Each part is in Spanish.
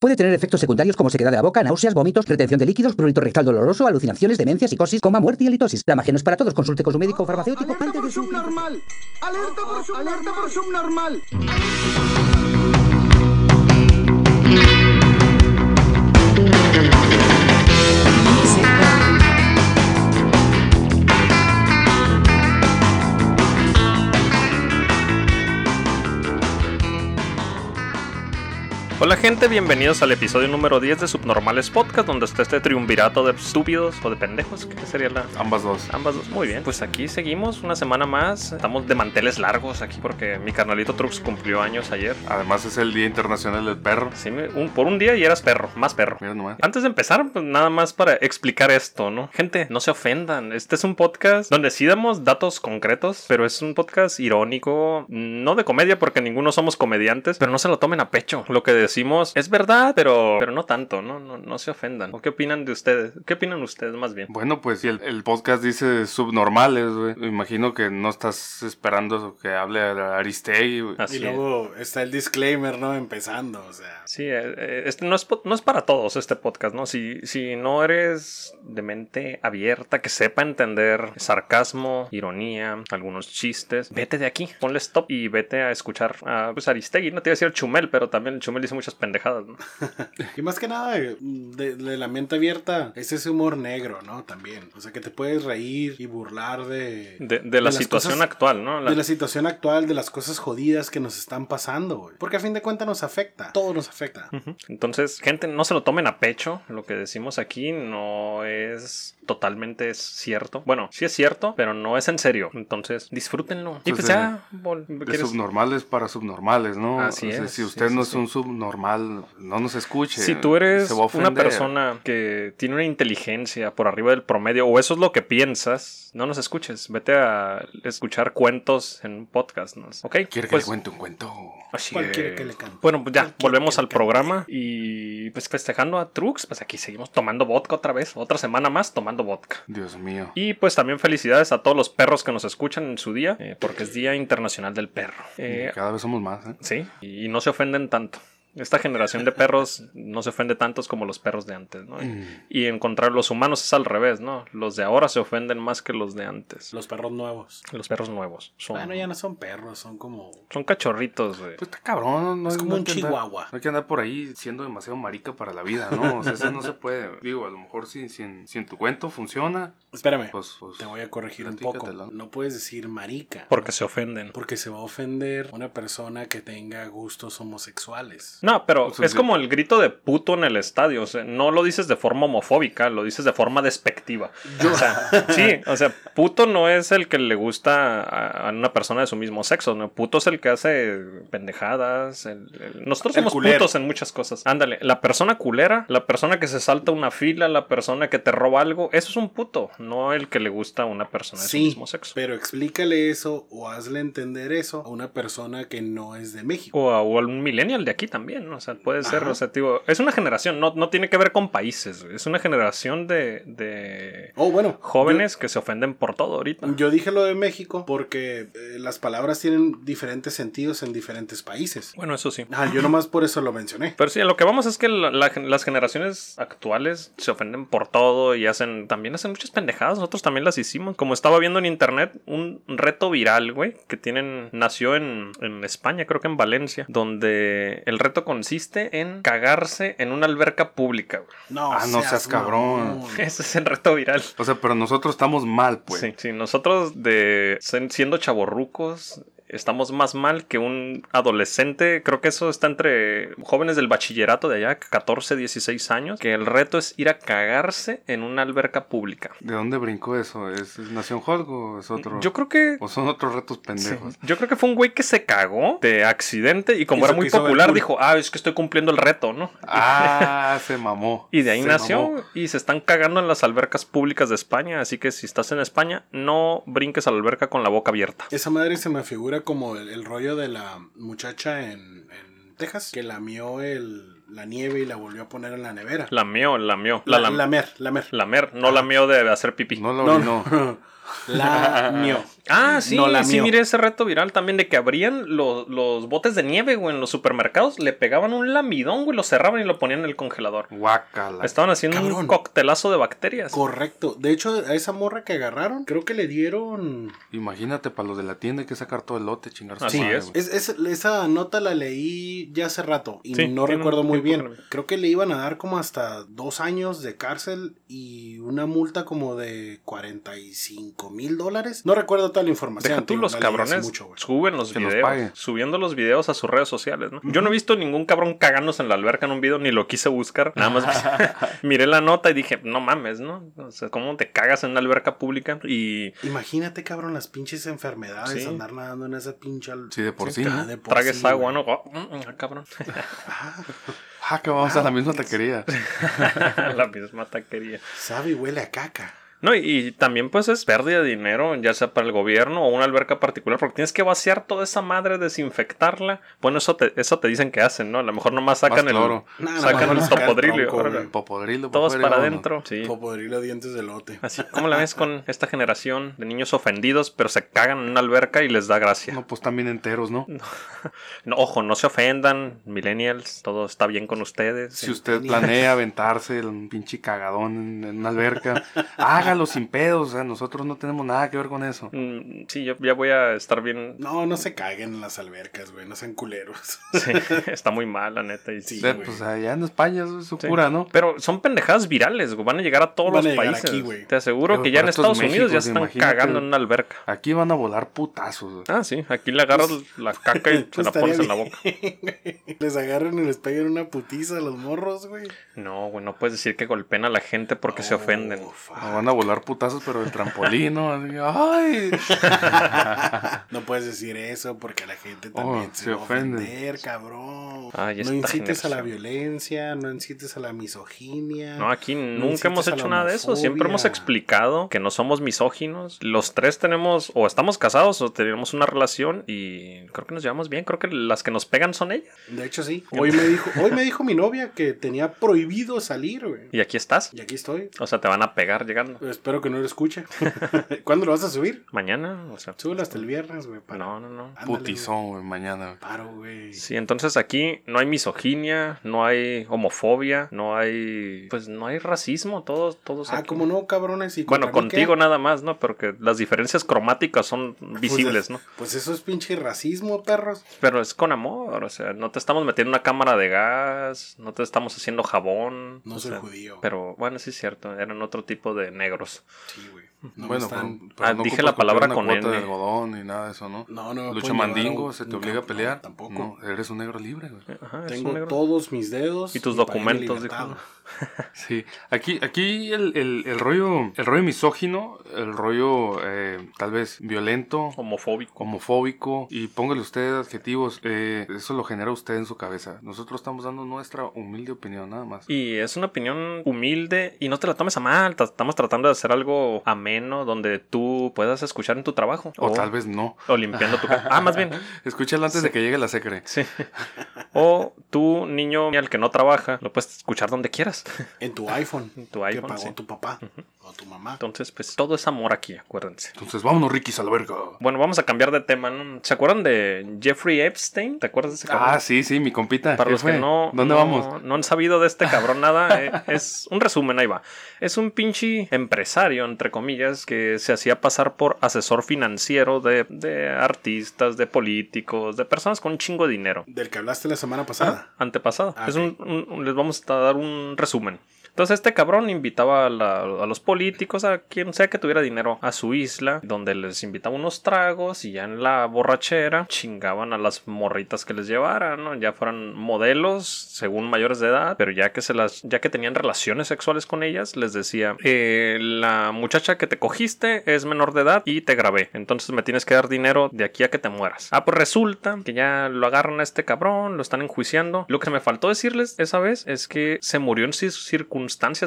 Puede tener efectos secundarios como sequedad de la boca, náuseas, vómitos, retención de líquidos, prurito rectal doloroso, alucinaciones, demencia, psicosis, coma, muerte y halitosis. La magia no es para todos. Consulte con su médico o farmacéutico ¡Alerta antes de por su... subnormal! ¡Alerta por subnormal! ¡Alerta por subnormal! Hola gente, bienvenidos al episodio número 10 de Subnormales Podcast, donde está este triunvirato de estúpidos o de pendejos, que sería la... Ambas dos. Ambas dos, muy bien. Pues aquí seguimos una semana más. Estamos de manteles largos aquí porque mi carnalito Trux cumplió años ayer. Además es el Día Internacional del Perro. Sí, me- un- por un día y eras perro, más perro. Mira nomás. Antes de empezar, pues, nada más para explicar esto, ¿no? Gente, no se ofendan. Este es un podcast donde sí damos datos concretos, pero es un podcast irónico, no de comedia porque ninguno somos comediantes, pero no se lo tomen a pecho. Lo que decimos es verdad, pero, pero no tanto, ¿no? No, no se ofendan. ¿O qué opinan de ustedes? ¿Qué opinan ustedes más bien? Bueno, pues si el, el podcast dice subnormales, güey. me Imagino que no estás esperando que hable a- a Aristegui, güey. Así Y luego está el disclaimer, ¿no? Empezando, o sea. Sí, eh, eh, este no es, po- no es para todos este podcast, ¿no? Si, si no eres de mente abierta, que sepa entender sarcasmo, ironía, algunos chistes, vete de aquí, ponle stop y vete a escuchar a pues, Aristegui. No te iba a decir Chumel, pero también Chumel dice muchas pendejadas, ¿no? Y más que nada, eh, de, de la mente abierta, es ese humor negro, ¿no? También. O sea, que te puedes reír y burlar de... De, de la las situación cosas- actual, ¿no? La- De la situación actual, de las cosas jodidas que nos están pasando, güey. Porque a fin de cuentas nos afecta. Todo nos afecta. Ujú. Entonces, gente, no se lo tomen a pecho. Lo que decimos aquí no es totalmente cierto. Bueno, sí es cierto, pero no es en serio. Entonces, disfrútenlo. Y pues Entonces, ya, vol- De ¿quieres- subnormales para subnormales, ¿no? Así es, Si usted sí, no sí, es sí. un subnormal, no nos escuche. Si tú eres Se va a una ofender. persona que tiene una inteligencia por arriba del promedio, o eso es lo que piensas, no nos escuches. Vete a escuchar cuentos en un podcast. ¿no? ¿Ok? Quiere que pues, le cuente un cuento. así ¿Cuál es. quiere que le cante? Bueno, pues ya, ¿Cuál quiere volvemos que al le programa y pues festejando a Trux, pues aquí seguimos tomando vodka otra vez, otra semana más tomando vodka. Dios mío. Y pues también felicidades a todos los perros que nos escuchan en su día, eh, porque es Día Internacional del Perro. Eh, Cada vez somos más, ¿eh? Sí, y no se ofenden tanto. Esta generación de perros no se ofende tantos como los perros de antes, ¿no? Mm. Y encontrar los humanos es al revés, ¿no? Los de ahora se ofenden más que los de antes. Los perros nuevos. Los perros nuevos son, Bueno, ya no son perros, son como... son cachorritos, güey. Pues está cabrón, no Es hay- como no hay un que andar- chihuahua. no hay que andar por ahí siendo demasiado marica para la vida, ¿no? O sea, eso no se puede. Digo, a lo mejor si, si, en, si en tu cuento funciona, Espérame. pues, pues Te voy a corregir un poco. platícatelo. No puedes decir marica. Porque se ofenden. Porque se va a ofender una persona que tenga gustos homosexuales. No, pero pues, O sea, es sí. como el grito de puto en el estadio. O sea, no lo dices de forma homofóbica, lo dices de forma despectiva. O sea, sí, o sea, puto no es el que le gusta a, a una persona de su mismo sexo, ¿no? Puto es el que hace pendejadas. el- el- Nosotros El somos culero. putos en muchas cosas. Ándale, la persona culera, la persona que se salta una fila, la persona que te roba algo, eso es un puto, no el que le gusta a una persona de su Sí, mismo sexo. pero explícale eso o hazle entender eso a una persona que no es de México. O a o a un millennial de aquí también, ¿no? o sea, puede ser, Ajá. o sea, digo, es una generación, no, no tiene que ver con países, güey, es una generación de, de Oh, bueno. jóvenes que se ofenden por todo ahorita. Yo, yo dije lo de México porque eh, las palabras tienen diferentes sentidos en diferentes países. bueno, eso sí. Ah, yo nomás por eso lo mencioné. Pero sí, a lo que vamos es que la- la gen- las generaciones actuales se ofenden por todo y hacen, también hacen muchas pendejadas, nosotros también las hicimos. Como estaba viendo en internet, un reto viral, güey, que tienen, nació en, en España, creo que en Valencia, donde el reto consiste en cagarse en una alberca pública, güey. No, Ah, no seas cabrón. mamón. Ese es el reto viral. O sea, pero nosotros estamos mal, pues. Sí, sí, nosotros de sen- siendo chavorrucos estamos más mal que un adolescente. Creo que eso está entre jóvenes del bachillerato de allá, 14, 16 años, que el reto es ir a cagarse en una alberca pública. ¿De dónde brincó eso? ¿Es, es Nación Hulk o es otro? Mm, Yo creo que ¿O son otros retos Sí. pues, pendejos? Yo creo que fue un güey que se cagó de accidente y como Y era se muy quiso ver popular cool. dijo, ah, es que estoy cumpliendo el reto, ¿no? Ah, se mamó. Y de ahí Se nació mamó. y se están cagando en las albercas públicas de España, así que si estás en España, no brinques a la alberca con la boca abierta. Esa madre se me figura como el, el rollo de la muchacha en, en Texas que lamió el, la nieve y la volvió a poner en la nevera. Lamió, lamió. La, La- lam- lamer, lamer. lamer, no lamió de hacer pipí. No lo Ah. No, orinó. no. La mío. Ah, sí, No la sí, mío. miré ese reto viral también de que abrían lo- los botes de nieve, güey, en los supermercados, le pegaban un lamidón, güey, lo cerraban y lo ponían en el congelador. Guácala. Estaban haciendo Cabrón. un coctelazo de bacterias. Correcto. De hecho, a esa morra que agarraron, creo que le dieron. Imagínate para los de la tienda hay que sacar todo el lote, chingarse. Así madre, es. güey. Es, es- esa nota la leí ya hace rato y Sí, no tiene recuerdo un muy tiempo que bien. la vi. Creo que le iban a dar como hasta dos años de cárcel y una multa como de 45 mil dólares. No recuerdo toda la información. Deja tú tío, los la leí hace cabrones mucho, güey. suben los Que los videos, pague. subiendo los videos a sus redes sociales, ¿no? Yo no he visto ningún cabrón cagándose en la alberca en un video, ni lo quise buscar, nada más miré la nota y dije, no mames, ¿no? O sea, ¿cómo te cagas en una alberca pública? Pues Y Imagínate, cabrón, las pinches enfermedades, Sí. andar nadando en esa pinche... al- Sí, de por sí. Ah, ¿no? de por tragues sí, agua, güey. ¿no? Oh, mm, mm, ah, cabrón. Ah, que vamos a la misma taquería. la misma taquería. Sabe y huele a caca. No, y, y también pues es pérdida de dinero, ya sea para el gobierno o una alberca particular, porque tienes que vaciar toda esa madre, desinfectarla. Bueno, eso te, eso te dicen que hacen, ¿no? A lo mejor nomás sacan el, cloro. Nah, sacan nomás el le sacan el topodrilio. tronco, órale. güey. Popodrilo. por Todos fuera, para vámonos. adentro. Sí. Popodrilo dientes de lote. Así, ¿cómo la ves con esta generación de niños ofendidos, pero se cagan en una alberca y les da gracia? No, pues también enteros, ¿no? No, ojo, no se ofendan, millennials, todo está bien con ustedes. Si usted planea aventarse un pinche cagadón en, en una alberca, hágalo sin pedos. O sea, nosotros no tenemos nada que ver con eso. Mm, sí, yo ya voy a estar bien. No, no se caguen en las albercas, güey. No sean culeros. Sí, está muy mal, la neta. Y Sí, O sí, sea, güey. pues allá en España eso es su Sí. cura, ¿no? Pero son pendejadas virales, güey, Van a llegar a todos Van a los llegar países. aquí, güey. Te aseguro Pero que ya en para esto es Estados Unidos ya México, están imagínate. cagando en una alberca. Aquí van a volar putazos. güey. Ah, sí. Aquí le agarras la caca y te la Pues, Estaría pones en la bien. boca. les agarran y les pegan una putiza a los morros, güey. No, güey, no puedes decir que golpeen a la gente porque se Oh, ofenden. fuck. Ah, Van a volar putazos, pero el trampolín, ¿no? Así, ¡Ay! No puedes decir eso porque la gente Oh, también se, se va a ofende. ofender, cabrón. Ay, no esta incites a la generación. violencia, no incites a la misoginia. No, aquí incites nunca hemos a la hecho nada de eso. homofobia. Siempre hemos explicado que no somos misóginos. Los tres tenemos, o estamos casados, o tenemos una relación y creo que nos llevamos bien. Creo que las que nos pegan son ellas. De hecho, sí. Hoy me dijo, hoy me dijo mi novia que tenía prohibido salir, güey. Y aquí estás. Y aquí estoy. O sea, te van a pegar llegando. Espero que no lo escuche. ¿Cuándo lo vas a subir? Mañana, o sea. Súbelo hasta el viernes, güey. para- No, no, no. Ándale, güey. Putizón, güey, mañana. güey. Paro, güey. Sí, entonces aquí no hay misoginia, no hay homofobia, no hay. Pues no hay racismo, todos, todos. Ah, aquí. como no, cabrones. ¿Y Bueno, contra mí qué? contigo nada más, ¿no? Pero que las diferencias cromáticas son Pues visibles, es- ¿no? Pues eso es pinche racismo, perros. Pero es con amor, o sea, no te estamos metiendo una cámara de gas, no te estamos haciendo jabón. No o soy sea, judío. Pero bueno, sí es cierto, eran otro tipo de negros. Sí, güey. No me bueno, están- pero, Ah, dije ocupas la palabra comprar con una N. cuota de algodón ni nada de eso, ¿no? No, no. me Lucha pueden llevar a mandingo, un- se te un obliga a campo, pelear. no, tampoco. tampoco. No, eres un negro libre, güey. Ajá, es un Tengo negro. todos mis dedos. Y tus pagué mi documentos, libertad. dijo. Sí, aquí, aquí el, el, el rollo, el rollo misógino, el rollo eh, tal vez violento, Homofóbico. homofóbico, y póngale usted adjetivos, eh, eso lo genera usted en su cabeza. Nosotros estamos dando nuestra humilde opinión nada más. Y es una opinión humilde y no te la tomes a mal. ta- Estamos tratando de hacer algo ameno donde tú puedas escuchar en tu trabajo. o tal vez no. O limpiando tu casa. Ah, más bien. Escúchala antes de que llegue la secre. Oh. Sí. O tú, niño al que no trabaja, lo puedes escuchar donde quieras. En tu iPhone. En tu que iPhone, pagó sí. tu papá o tu mamá. Entonces, pues todo es amor aquí, acuérdense. Entonces, vámonos, Ricky Salverga. Bueno, vamos a cambiar de tema. ¿no? ¿Se acuerdan de Jeffrey Epstein? ¿Te acuerdas de ese cabrón? Ah, sí, sí, mi compita. Para ¿Qué los que fue? no, ¿Dónde no- vamos? no han sabido de este cabrón nada, eh, es un resumen, ahí va. Es un pinche empresario, entre comillas, que se hacía pasar por asesor financiero de, de artistas, de políticos, de personas con un chingo de dinero. Del que hablaste la semana pasada. Antepasado. Ah, Es un- un- un- les vamos a dar un resumen. Entonces este cabrón invitaba a, la- a los políticos, a quien sea que tuviera dinero, a su isla, donde les invitaba unos tragos y ya en la borrachera chingaban a las morritas que les llevaran, ¿no? Ya fueran modelos, según mayores de edad, pero ya que se las, ya que tenían relaciones sexuales con ellas, les decía, eh, la muchacha que te cogiste es menor de edad y te grabé, entonces me tienes que dar dinero de aquí a que te mueras. Ah, pues resulta que ya lo agarran a este cabrón, lo están enjuiciando. Lo que me faltó decirles esa vez es que se murió en cis- circunstancias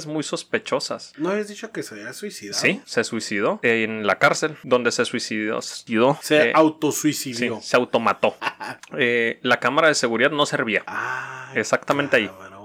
muy sospechosas. ¿No habías dicho que se había suicidado? Sí, se suicidó en la cárcel, donde se suicidó. suicidó, Se eh, sí, autosuicidió. se automató. Eh, la cámara de seguridad no servía. Ah, Exactamente ahí. cabrón.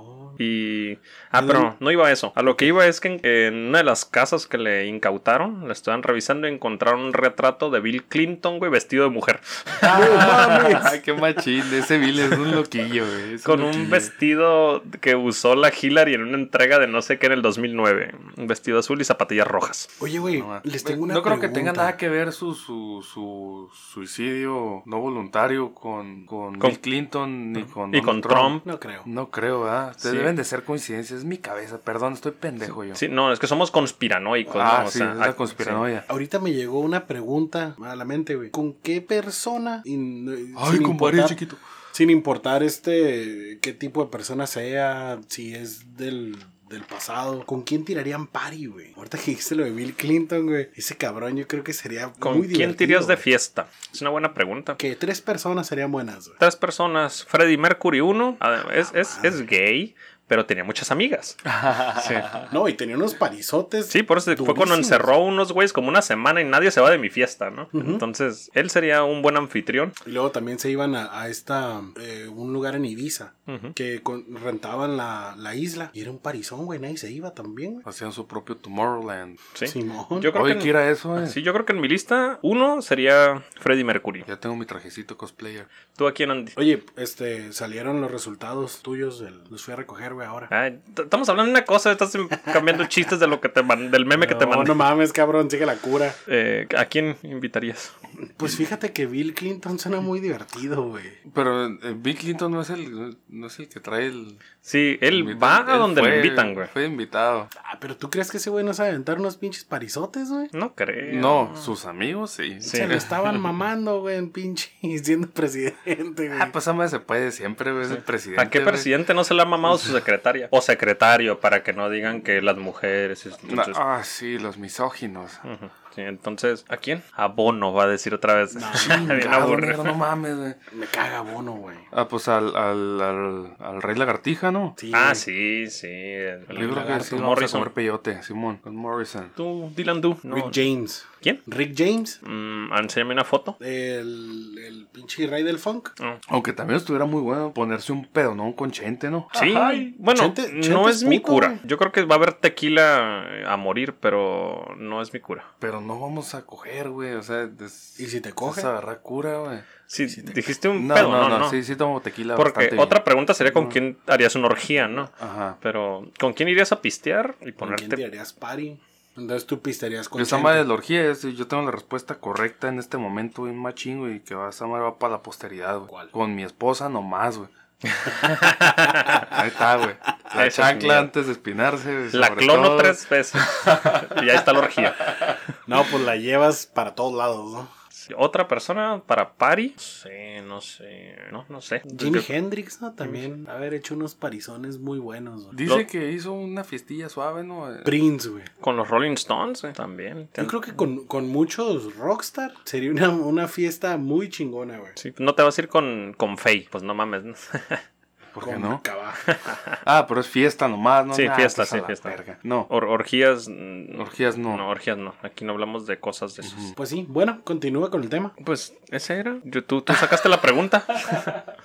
Y. Ah, pero no iba a eso. A lo que iba es que en, en una de las casas que le incautaron, le estaban revisando y encontraron un retrato de Bill Clinton, güey, vestido de mujer. Ay, qué machín. Ese Bill es un loquillo, güey. es Ah. Con un loquillo. vestido que usó la Hillary en una entrega de no sé qué en el 2009. Un vestido azul y zapatillas rojas. Oye, güey, No, ma. les tengo una No creo que tenga pregunta. nada que ver su, su, su suicidio no voluntario con, con, Con- Bill Clinton ni con, y Donald con Trump. No creo. No creo, ¿verdad? Ustedes Sí. deben de ser coincidencias. Es mi cabeza, perdón, estoy pendejo yo. Sí, no, es que somos conspiranoicos, ¿no? ah, O sí, sea, es ah, la sí. conspiranoia. Ahorita me llegó una pregunta a la mente, güey. ¿Con qué persona? y n- Ay, sin con varios importar- chiquito. Sin importar este, qué tipo de persona sea, si es del, del pasado. ¿Con quién tirarían pari, güey? Ahorita que dijiste lo de Bill Clinton, güey. Ese cabrón yo creo que sería ¿Con muy quién divertido, tirías de güey. fiesta? Es una buena pregunta. Que tres personas serían buenas, güey. Tres personas. Freddie Mercury, uno. ah, Es, es, es gay, pero tenía muchas amigas. Sí. No, y tenía unos parizotes. Sí, por eso fue cuando durísimos. encerró unos güeyes como una semana y nadie se va de mi fiesta, ¿no? Ujú. Entonces, él sería un buen anfitrión. Y luego también se iban a, a esta, eh, un lugar en Ibiza, Ujú. que con- rentaban la, la isla. Y era un parizón, güey, nadie se iba también, güey. Hacían su propio Tomorrowland. Sí. Simón. Yo creo Oye, que en- ¿qué era eso, eh? Sí, yo creo que en mi lista, uno sería Freddie Mercury. Ya tengo mi trajecito cosplayer. ¿Tú a quién, Andy? Oye, este, salieron los resultados tuyos, del- los fui a recoger, güey, ahora. Ay, t- estamos hablando de una cosa, estás em, cambiando chistes de lo que te man- del meme que te No, mandé. no mames, cabrón, sigue la cura. Eh, ¿A quién invitarías? Pues fíjate que Bill Clinton suena muy divertido, güey. Pero eh, Bill Clinton no es el, no es el que trae el. Sí, él invitado. va a Él donde lo fue- invitan, güey. Fue invitado. Ah, pero ¿tú crees que ese güey no sabe aventar unos pinches parizotes, güey? No creo. No, sus amigos sí. Sí. Se lo estaban mamando, güey, en pinche siendo presidente, güey. Ah, pues a se puede siempre, güey. Es el presidente. ¿A qué güey. presidente no se le ha mamado su secretaria? O secretario, para que no digan que las mujeres. es- No, Entonces, ah, sí, los misóginos. Ujú. Sí, entonces, ¿a quién? A Bono, va a decir otra vez. Bien Chingado, aburrido. negro, Ah, no mames, güey. Me caga Bono, güey. Ah, pues al, al, al, al Rey Lagartija, ¿no? Sí, Ah, güey. sí, sí. el- el Yo creo que lagarto sí, vamos a Morrison. comer peyote, Simón. Con Morrison. Tú, Dylan, tú. No. Rick James. ¿Quién? Rick James, Mm, enséñame una foto. el, el pinche rey del funk. No. Aunque también estuviera muy bueno ponerse un pedonón con Chente, ¿no? Sí, bueno, Chente- Chente no es es, mi puto, cura. güey. Yo creo que va a haber tequila eh, a morir, pero no es mi cura. Pero no vamos a coger, güey. O sea, es- ¿Y si te coge? Es agarrar cura, güey. Sí, Sí, te- dijiste un No, pedo, no, no, Sí, sí tomo tequila Porque bastante bien. otra pregunta sería con quién harías una orgía, ¿no? Ajá. Pero, ¿con quién irías a pistear y ¿Con quién ponerte? tirarías party? Entonces tú pistearías con Yo esa madre de Chente. la orgía, es- yo tengo la respuesta correcta en este momento, bien machín, güey, que va, esa madre va para la posteridad, güey. ¿Cuál? Con mi esposa nomás, güey. Ahí está, güey. Esa La es chancla mía. antes de espinarse. güey, La sobre clono todo. tres veces. y ahí está la orgía. No, pues la llevas para todos lados, ¿no? Otra persona para party. No sé, no sé. No, no sé. Jimi Yo- Hendrix, ¿no? También haber hecho unos parizones muy buenos. güey. Dice Lo- que hizo una fiestilla suave, ¿no? Eh, Prince, güey. Con los Rolling Stones eh, también. Yo creo que con, con muchos rockstar sería una, una fiesta muy chingona, güey. Sí, no te vas a ir con, con Faye, pues no mames. ¿no? ¿Por qué Con no? Cabá. Ah, pero es fiesta nomás, ¿no? Sí, Nah, fiesta, pues a sí, la fiesta. verga. No, Or- orgías. mm, orgías no. No, orgías no. Aquí no hablamos de cosas de esas. Pues sí, bueno, continúa con el tema. Pues, esa era. Yo- tú, tú sacaste la pregunta.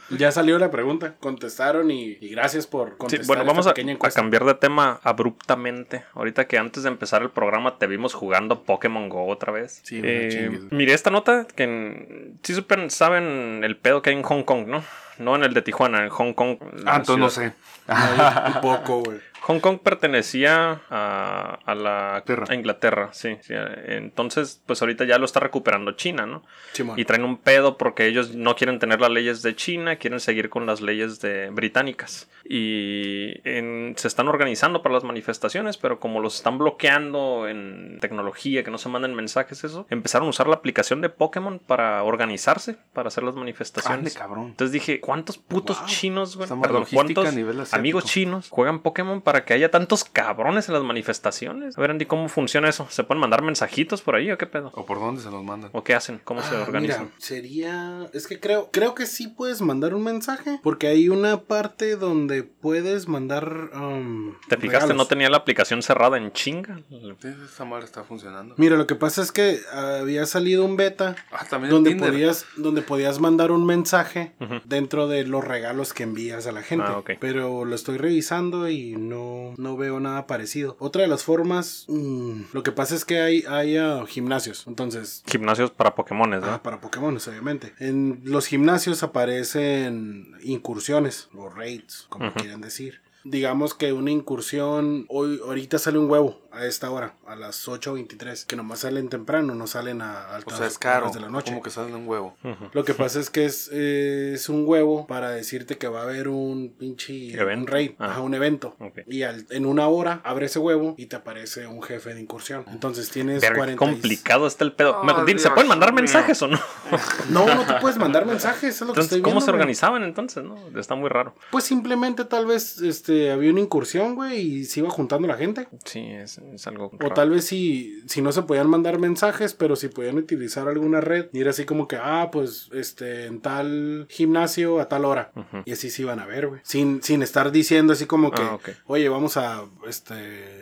Ya salió la pregunta. Contestaron y, y gracias por Sí, contestar. bueno, esta vamos a, pequeña a encuesta. cambiar de tema abruptamente. Ahorita que antes de empezar el programa te vimos jugando Pokémon Go otra vez. Sí, me Eh, chingues. miré esta nota que en- sí supen- saben el pedo que hay en Hong Kong, ¿no? No en el de Tijuana, en Hong Kong. la Ah, entonces no ciudad. sé. Ay, Un poco, güey. Hong Kong pertenecía a, a la Inglaterra. a Inglaterra, sí, sí. Entonces, pues ahorita ya lo está recuperando China, ¿no? Simón. Y traen un pedo porque ellos no quieren tener las leyes de China, quieren seguir con las leyes de británicas. Y en- se están organizando para las manifestaciones, pero como los están bloqueando en tecnología, que no se manden mensajes, eso, empezaron a usar la aplicación de Pokémon para organizarse, para hacer las Ande, manifestaciones. Ah, cabrón. Entonces dije, ¿cuántos putos Wow. chinos, güey? Esa Perdón, logística a ¿cuántos nivel asiático. amigos chinos juegan Pokémon para que haya tantos cabrones en las manifestaciones? A ver, Andy, ¿cómo funciona eso? ¿Se pueden mandar mensajitos por ahí o qué pedo? ¿O por dónde se los mandan? ¿O qué hacen? ¿Cómo se Ah, organizan? mira, sería. Es que creo, creo que sí puedes mandar un mensaje. Porque hay una parte donde puedes mandar. um, ¿Te fijaste? regalos. No tenía la aplicación cerrada en chinga. Entonces, Esa madre está funcionando. Mira, lo que pasa es que había salido un beta. Ah, también en Donde Tinder. podías, donde podías mandar un mensaje Ujú. dentro de los regalos que envías a la gente. Ah, ok. Pero lo estoy revisando y no, no veo nada parecido. Otra de las formas, mm, lo que pasa es que hay, hay ah, gimnasios. Entonces, Gimnasios para Pokémones, ¿no? Ah, para Pokémon, obviamente. En los gimnasios aparecen incursiones o raids, como Ujú. quieran decir. Digamos que una incursión, hoy, ahorita sale un huevo a esta hora, a las 8.23, que nomás salen temprano, no salen a O altas sea, es caro. horas de la noche. Como que salen un huevo. Ujú. Lo que pasa es que es, es un huevo para decirte que va a haber un pinche Evento. un raid, Ah. ajá, un evento. Ok. Y al- en una hora abre ese huevo y te aparece un jefe de incursión. Entonces tienes Verga, 40 y- complicado está el pedo. Oh, Me- Dil, ¿Se Dios pueden mandar mío. mensajes o no? No, no te puedes mandar mensajes, es lo que Entonces, estoy ¿cómo viendo, se güey. organizaban entonces? No, está muy raro. Pues simplemente tal vez este había una incursión, güey, y se iba juntando la gente. Sí, es, es algo O raro. tal vez si, si no se podían mandar mensajes, pero si podían utilizar alguna red. Y era así como que, ah, pues, este, en tal gimnasio a tal hora. Ujú. Y así se iban a ver, güey. Sin, sin estar diciendo así como que, Ah, ok. oye, vamos a, este,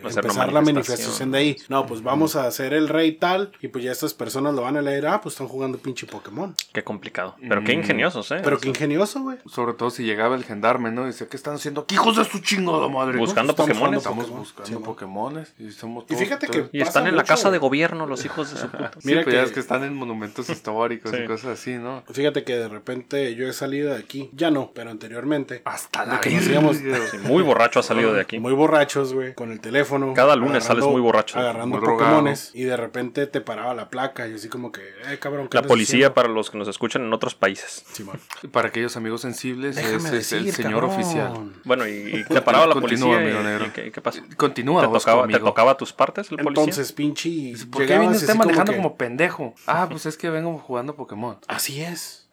Hacer una empezar la manifestación. manifestación de ahí. No, pues vamos a hacer el rey tal. Y pues ya estas personas lo van a leer, ah, pues están jugando pinche Pokémon. Qué complicado. Pero qué Mm. ingeniosos, ¿eh? Pero qué ingenioso, güey. Sobre todo si llegaba el gendarme, ¿no? Y decía, ¿qué están haciendo? aquí, hijos de su chingada madre? Buscando Estamos Pokémones. jugando- Estamos Pokémon. buscando Sí, Pokémones. Y, somos Y fíjate todos- que- Y están pasa en la mucho, casa de güey. gobierno los hijos de su puta. Sí, Mira pues ya que- es que están en monumentos históricos Sí. y cosas así, ¿no? Fíjate que de repente yo he salido de aquí, ya no, pero anteriormente, Hasta la la que nos íbamos- Sí, muy borracho ha salido de aquí. muy borrachos, güey, con el teléfono. Cada lunes agarrando- sales muy borracho. Agarrando Muy drogado. Pokémones y de repente te paraba la placa y así como que, eh, cabrón, ¿qué La andas policía haciendo? para los que nos escuchan en otros países. Simón. Para aquellos amigos sensibles, Déjame es, es el decir, señor cabrón. oficial. Bueno, y, y te paraba la Continúa, policía. amigo y- negro. y qué, qué pasó? Continúa ¿Te vos tocaba, ¿Te conmigo. tocaba tus partes el policía? Entonces, pinche. y ¿Por qué llegabas viene y usted así como manejando que, como, pendejo? Ah, pues es que vengo jugando Pokémon. Así es.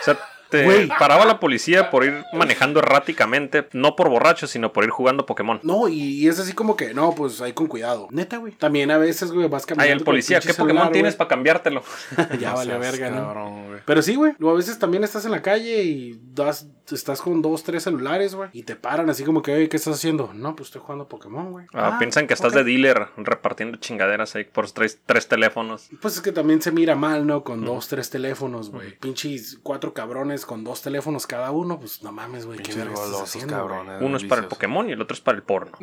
O sea, te Güey. paraba la policía por ir manejando erráticamente, no por borracho, sino por ir jugando Pokémon. No, y, y es así como que, no, pues ahí con cuidado. Neta, güey. También a veces, güey, vas Ay, caminando. el policía, ¿qué Pokémon tienes para cambiártelo? para.? Ah, ya No vale seas verga, ¿no? cabrón, güey. Pero sí, güey. luego A veces también estás en la calle y das, estás con dos, tres celulares, güey. Y te paran así como que, oye, ¿qué estás haciendo? No, pues estoy jugando Pokémon, güey. Ah, piensan que estás de dealer repartiendo chingaderas ahí por tres, tres teléfonos. Pues es que también se mira mal, ¿no? Con dos, tres teléfonos, güey. Pinches cuatro cabrones con dos teléfonos cada uno. Pues no mames, güey. ¿Qué Pinches verga estás golosos, haciendo, güey? cabrones. Uno es para el viciosos. Pokémon y el otro es para el porno.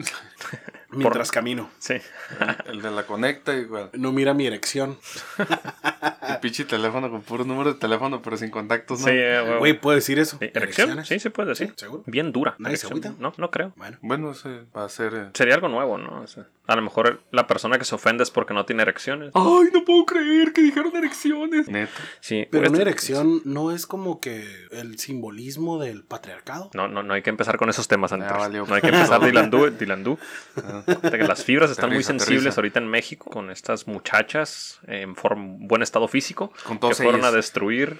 Mientras camino. Sí. El de la conecta, igual. No mira mi erección. Ah. El pinche teléfono con puro número de teléfono, pero sin contactos, ¿no? Sí, eh, güey. Güey, ¿puedo decir eso? Sí, ¿Erección? ¿Erecciones? Sí, se puede decir. Sí, seguro. Bien dura. ¿Nadie se erección. agüita? No, no creo. Bueno. Bueno, ese va a ser. eh, Sería algo nuevo, ¿no? O sea, a lo mejor la persona que se ofende es porque no tiene erecciones. Ah, Ay, no puedo creer que dijeron erecciones. Neta. Sí. Pero este- una erección no es como que el simbolismo del patriarcado. No, no, no hay que empezar con esos temas antes. valió. No hay que empezar Dilandú, Dilandú. Fíjate que las fibras están muy Aterriza, sensibles aterriza. ahorita en México con estas muchachas en form- buen estado físico Con que todos fueron ellos. a destruir.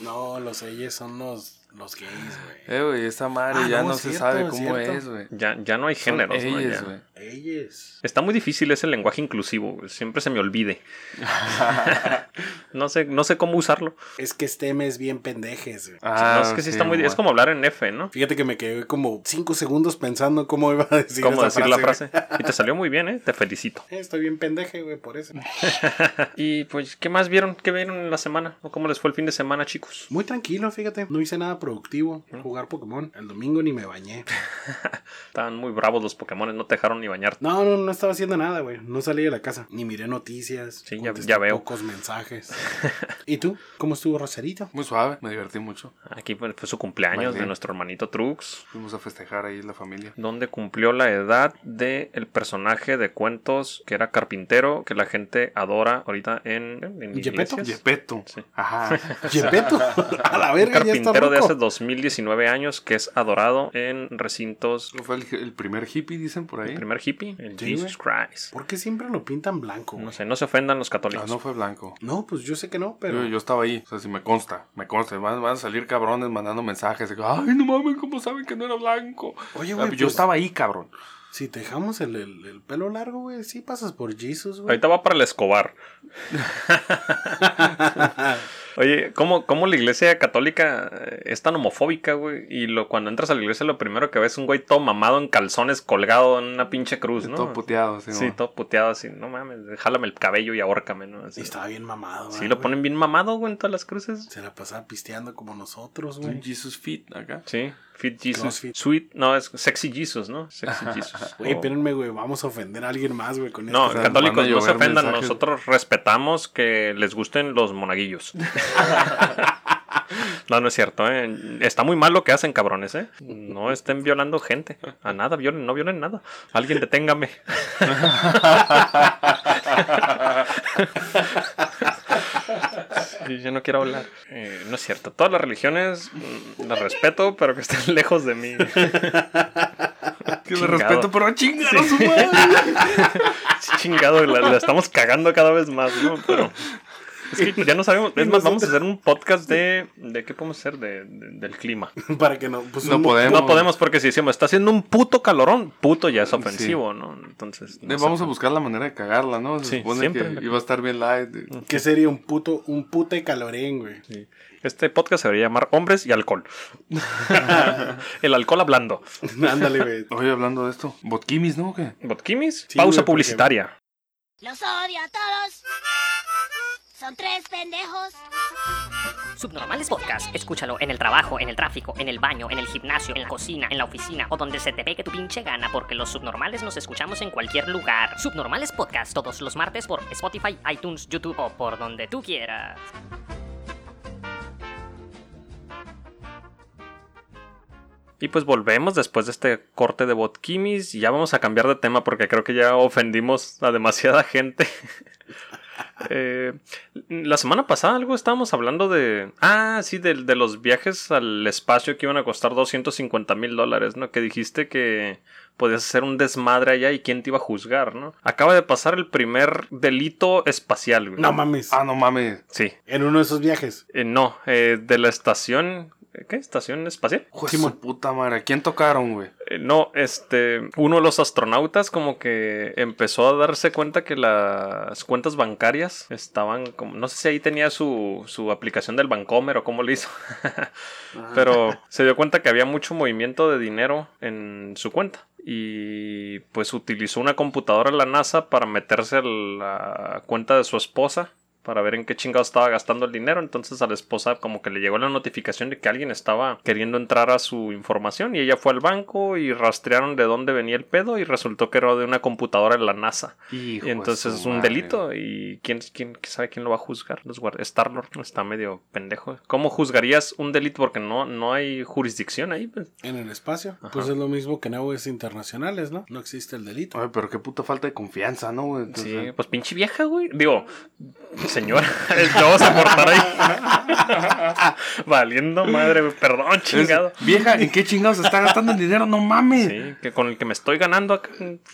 No, los ellos son los, los gays, güey. Eh, güey, esa madre Ah, ya no, no, es se cierto, sabe es cómo cierto. es, güey. Ya, ya no hay Son géneros, ¿no? ellas, Ya- güey. Ellos. Está muy difícil ese lenguaje inclusivo, güey. siempre se me olvide. no sé, no sé cómo usarlo. Es que este mes bien pendejes, güey. Ah, No, es que sí, está muy, güey. es como hablar en F, ¿no? Fíjate que me quedé como cinco segundos pensando cómo iba a decir cómo esa decir la frase. güey. Y te salió muy bien, ¿eh? Te felicito. Eh, Estoy bien pendeje, güey, por eso. Y pues, ¿qué más vieron? ¿Qué vieron en la semana? ¿O cómo les fue el fin de semana, chicos? Muy tranquilo, fíjate. No hice nada productivo. Jugar Pokémon. El domingo ni me bañé. Estaban muy bravos los Pokémon, no te dejaron ni bañarte. No, no, no estaba haciendo nada, güey. No salí de la casa. Ni miré noticias. Sí, ya- contesté ya veo. Pocos mensajes. ¿Y tú? ¿Cómo estuvo Rosarito? Muy suave, me divertí mucho. Aquí fue, fue su cumpleaños Vale. de nuestro hermanito Trux, Fuimos a festejar ahí la familia. donde cumplió la edad de el personaje de cuentos que era carpintero, que la gente adora ahorita en, en ¿Gepetto? iglesias. Yepeto. Sí. Ajá. Yepeto. a la Un verga, ya está carpintero de hace hace 2019 años que es adorado en recintos. ¿No fue el, el primer hippie, dicen por ahí? El primer hippie, el Sí, Jesus Christ. ¿Por qué siempre lo pintan blanco? güey? No sé, no se ofendan los Ah, católicos. no fue blanco. No, pues yo sé que no, pero. Yo, yo estaba ahí, o sea, si me consta, me consta, van, van a salir cabrones mandando mensajes, de que, ay, no mames, ¿cómo saben que no era blanco? Oye, Ah, güey. yo pues, estaba ahí, cabrón. Si te dejamos el, el- el pelo largo, güey, sí pasas por Jesus, güey. Ahorita va para el Escobar. Oye, ¿cómo, ¿cómo la iglesia católica eh, es tan homofóbica, güey? Y lo, cuando entras a la iglesia, lo primero que ves es un güey todo mamado en calzones colgado en una pinche cruz, Pues ¿no? Todo puteado, sí, Sí, ¿no? todo puteado así. No mames, jálame el cabello y ahórcame, ¿no? Y Así. estaba bien mamado, Sí, ¿verdad, lo güey? ponen bien mamado, güey, en todas las cruces. Se la pasaba pisteando como nosotros, Un güey. Jesus Fit acá. Sí, Fit Jesus. Crossfit. Sweet, no, es Sexy Jesus, ¿no? Sexy Jesus. Güey, Oh. espérenme, güey, vamos a ofender a alguien más, güey, con No, O sea, esto. católicos, van a no se llover ofendan. mensajes. Nosotros respetamos que les gusten los monaguillos. no, no es cierto. ¿eh? Está muy mal lo que hacen, cabrones. ¿eh? No estén violando gente. A nada, violen, no violen nada. Alguien deténgame. Sí, yo no quiero hablar. Eh, no es cierto. Todas las religiones mm, las respeto, pero que estén lejos de mí. Que le Chingado. respeto, pero chingaron su madre. Sí, chingado, la, la estamos cagando cada vez más, ¿no? Pero. Es que ya no sabemos. Es más, vamos a hacer un podcast de. ¿De qué podemos hacer? De, de- del clima. Para que no. Pues, No un- podemos. No podemos porque si decimos, está haciendo un puto calorón, puto ya es ofensivo, ¿no? Entonces. no Eh, sé. Vamos a buscar la manera de cagarla, ¿no? Se Sí, supone siempre. Mm. que iba a estar bien light. eh. ¿Qué sería un puto, un pute calorén, güey? Sí. Este podcast se debería llamar Hombres y Alcohol. El alcohol hablando. Ándale, güey. Oye, hablando de esto, Botkimis, ¿no? ¿O qué? ¿Botkimis? Sí, Pausa güey, porque- publicitaria. Los odio a todos. Son tres pendejos. Subnormales Podcast. Escúchalo en el trabajo, en el tráfico, en el baño, en el gimnasio, en la cocina, en la oficina o donde se te pegue tu pinche gana, porque los subnormales nos escuchamos en cualquier lugar. Subnormales Podcast todos los martes por Spotify, iTunes, YouTube o por donde tú quieras. Y pues volvemos después de este corte de Botkimis. Y ya vamos a cambiar de tema porque creo que ya ofendimos a demasiada gente. Eh, la semana pasada algo estábamos hablando de... Ah, sí, de, de los viajes al espacio que iban a costar 250 mil dólares, ¿no? Que dijiste que podías hacer un desmadre allá y quién te iba a juzgar, ¿no? Acaba de pasar el primer delito espacial, güey. No mames. Ah, no mames. Sí. En uno de esos viajes. Eh, no, eh, de la estación... ¿Qué? ¿Estación espacial? Hijo de Simón. su puta madre. ¿A quién tocaron, güey? Eh, No, este, uno de los astronautas como que empezó a darse cuenta que las cuentas bancarias estaban como, no sé si ahí tenía su, su aplicación del Bancomer o cómo le hizo, pero se dio cuenta que había mucho movimiento de dinero en su cuenta y pues utilizó una computadora de la NASA para meterse a la cuenta de su esposa. Para ver en qué chingado estaba gastando el dinero. Entonces a la esposa como que le llegó la notificación de que alguien estaba queriendo entrar a su información. Y ella fue al banco y rastrearon de dónde venía el pedo. Y resultó que era de una computadora de la NASA. Hijo Y de entonces su es un madre. delito y quién, quién quién sabe quién lo va a juzgar. Los guardias. Star-Lord está medio pendejo. ¿Cómo juzgarías un delito? Porque no, no hay jurisdicción ahí. pues. En el espacio. Ajá. Pues es lo mismo que en aguas internacionales, ¿no? No existe el Ah, delito. Ay, pero qué puta falta de confianza, ¿no, güey? Entonces, Sí, pues pinche vieja, güey. Digo, señora, te vamos a cortar ahí. Valiendo madre, güey. Perdón, es- chingado. Vieja, ¿en qué chingados está gastando el dinero? No mames. Sí, que con el que me estoy ganando acá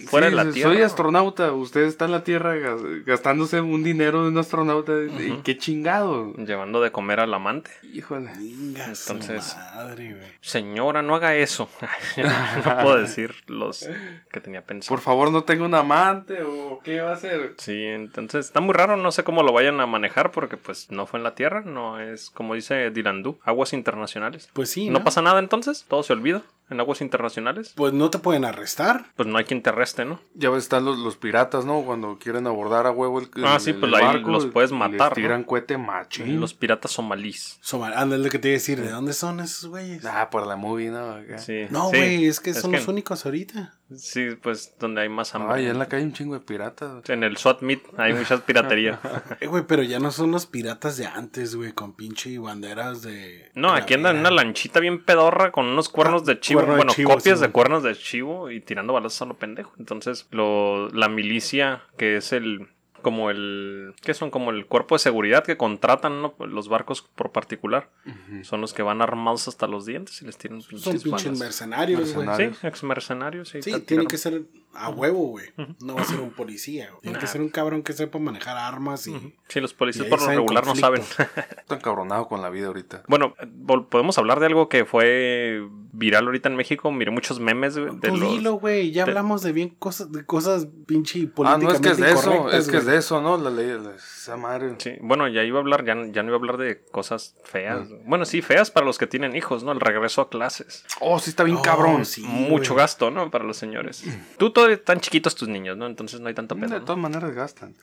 fuera Sí, de la soy tierra. astronauta, usted está en la Tierra gas- gastándose un dinero de un astronauta. ¿Y qué chingado? Llevando de comer al amante. Híjole. Venga, su Entonces- madre, güey. Señora, no haga eso. no puedo decir los que tenía pensado. Por favor, no tenga un amante o qué va a hacer. Sí, entonces está muy raro, no sé cómo lo vayan a manejar porque pues no fue en la Tierra, no es como dice Dilandú, aguas internacionales. Pues sí. no, pasa nada entonces, todo se olvida en aguas internacionales. Pues no te pueden arrestar. Pues no hay quien te arreste, ¿no? Ya ves, están los, los piratas, ¿no? Cuando quieren abordar a huevo el, Ah, el- sí, pues el ahí los puedes les matar, ¿no? tiran cohete machín. Los piratas somalíes. Somal- Anda, es lo que te iba a decir. ¿De dónde son esos güeyes? Ah, por la movie, ¿no? Acá. Sí, No, sí, güey, es que son los únicos ahorita. Sí, pues donde hay más hambre. Ay, en la calle hay un chingo de piratas. En el SWAT Meet hay mucha piratería. Eh, güey, pero ya no son los piratas de antes, güey, con pinche banderas de. No, aquí andan en una calavera. lanchita bien pedorra con unos cuernos de chivo, Ah, cuerno de bueno, chivo, copias sí. de cuernos de chivo y tirando balazos a lo pendejo. Entonces, lo, la milicia, que es el como el. ¿Qué son? Como el cuerpo de seguridad que contratan ¿no? los barcos por particular. Son los que van armados hasta los dientes y les tiran Son pinches pinches balas. mercenarios, güey. Mercenarios. Sí, ex mercenarios. Sí, te Sí, tiene tiraron. que ser a huevo, güey. No va a ser un policía, güey. Tiene que ser un cabrón que sepa manejar armas y. Sí, los policías Y ahí por lo saben regular no conflicto. saben. Estoy encabronado con la vida ahorita. bueno, vol- podemos hablar de algo que fue viral ahorita en México. Miré muchos memes güey, de Tú los. dilo, güey. Ya de- hablamos de bien cosas, de cosas pinche Ah, no, políticamente es que es de eso, incorrectas, es que es güey. de eso, ¿no? La ley, la- esa madre. Sí, bueno, ya iba a hablar, ya, ya no iba a hablar de cosas feas. Ah. Bueno, sí, feas para los que tienen hijos, ¿no? El regreso a clases. Oh, sí está bien Oh, cabrón. sí, Mucho güey. gasto, ¿no? Para los señores. Tú todavía están chiquitos tus niños, ¿no? Entonces no hay Mm, tanto pedo. Mm, De ¿no? todas maneras gastan.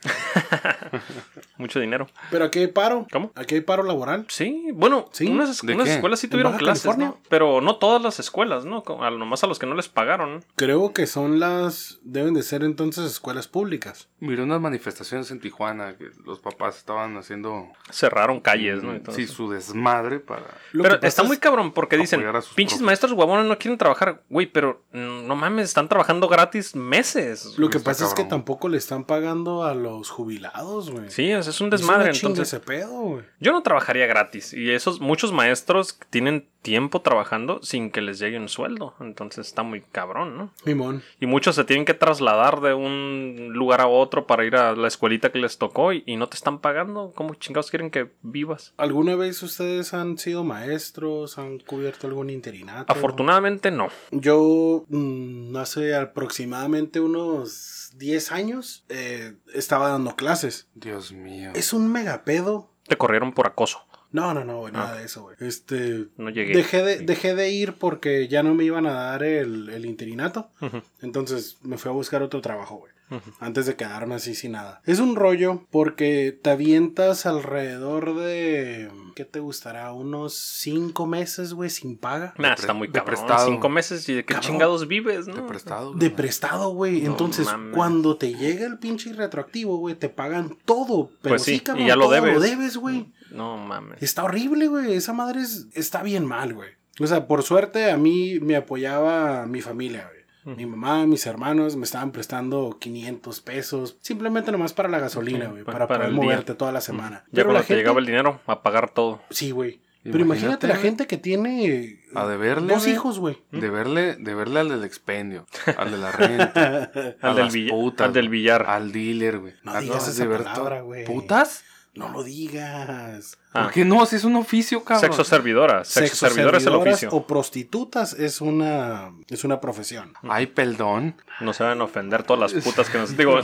Mucho dinero. Pero aquí hay paro. ¿Cómo? Aquí hay paro laboral. Sí, bueno, ¿Sí? unas, ¿De unas qué? escuelas sí ¿En tuvieron Baja clases, California? ¿no? Pero no todas las escuelas, ¿no? Como a- Nomás a los que no les pagaron. Creo que son las. Deben de ser entonces escuelas públicas. Miré unas manifestaciones en Tijuana que los papás estaban haciendo Cerraron calles, ¿no? Y todo sí, eso. su desmadre para. Mm, Lo pero que pasa está es- muy cabrón porque dicen, apoyar a sus pinches profes". maestros guabones no quieren trabajar. Güey, pero mm, no mames, están trabajando gratis meses. Lo que Está pasa es que cabrón. tampoco tampoco le están pagando a los jubilados, güey. Sí, o sea, es un desmadre. entonces, ese pedo, güey. Yo no trabajaría gratis. Y esos muchos maestros tienen tiempo trabajando sin que les llegue un sueldo. Entonces está muy cabrón, ¿no? Mimón. Y muchos se tienen que trasladar de un lugar a otro para ir a la escuelita que les tocó y, y no te están pagando. ¿Cómo chingados quieren que vivas? ¿Alguna vez ustedes han sido maestros? ¿Han cubierto algún interinato? Afortunadamente no. Yo, mm, hace aproximadamente unos 10 años, eh, estaba dando clases. Dios mío. Es un megapedo. Te corrieron por acoso. No, no, no, güey, Ah. nada de eso, güey. Este. No llegué. Dejé de, dejé de ir porque ya no me iban a dar el, el interinato. Ujú. Entonces me fui a buscar otro trabajo, güey. Ujú. Antes de quedarme así sin nada. Es un rollo porque te avientas alrededor de... ¿Qué te gustará? Unos cinco meses, güey, sin paga. Nah, De pre- está muy de cabrón. prestado. Cinco meses y de qué Cabrón. chingados vives, De ¿no? prestado. De güey. prestado, güey. No Entonces, mames. cuando te llega el pinche retroactivo, güey, te pagan todo. Pero Pues sí, sí, y cabrón, ya lo todo debes. lo debes, güey. No mames. Está horrible, güey. Esa madre es- está bien mal, güey. O sea, por suerte a mí me apoyaba mi familia, güey. Mi mamá, mis hermanos me estaban prestando 500 pesos, simplemente nomás para la gasolina, Ok, güey, pa- para, para poder el día. moverte toda la semana. Ya Pero cuando la te gente- llegaba el dinero, a pagar todo. Sí, güey. Pero Imagínate, imagínate la güey. gente que tiene A eh, deberle. dos güey. hijos, güey. ¿Mm? De verle, de verle al del expendio, al de la renta, a Al del, las bill- putas, al del güey, billar. al dealer, güey. No A digas todos esa de ver- palabra, güey. ¿Putas? No lo digas. Ah, ¿Por qué no? Si es un oficio, cabrón. Sexo servidora. Sexo, servidora es el servidoras oficio. O prostitutas es una, es una profesión. mm. Ay, perdón. No se van a ofender todas las putas que nos digo.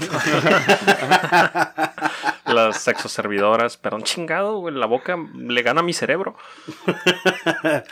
las sexo servidoras, perdón, chingado, güey, la boca le gana a mi cerebro.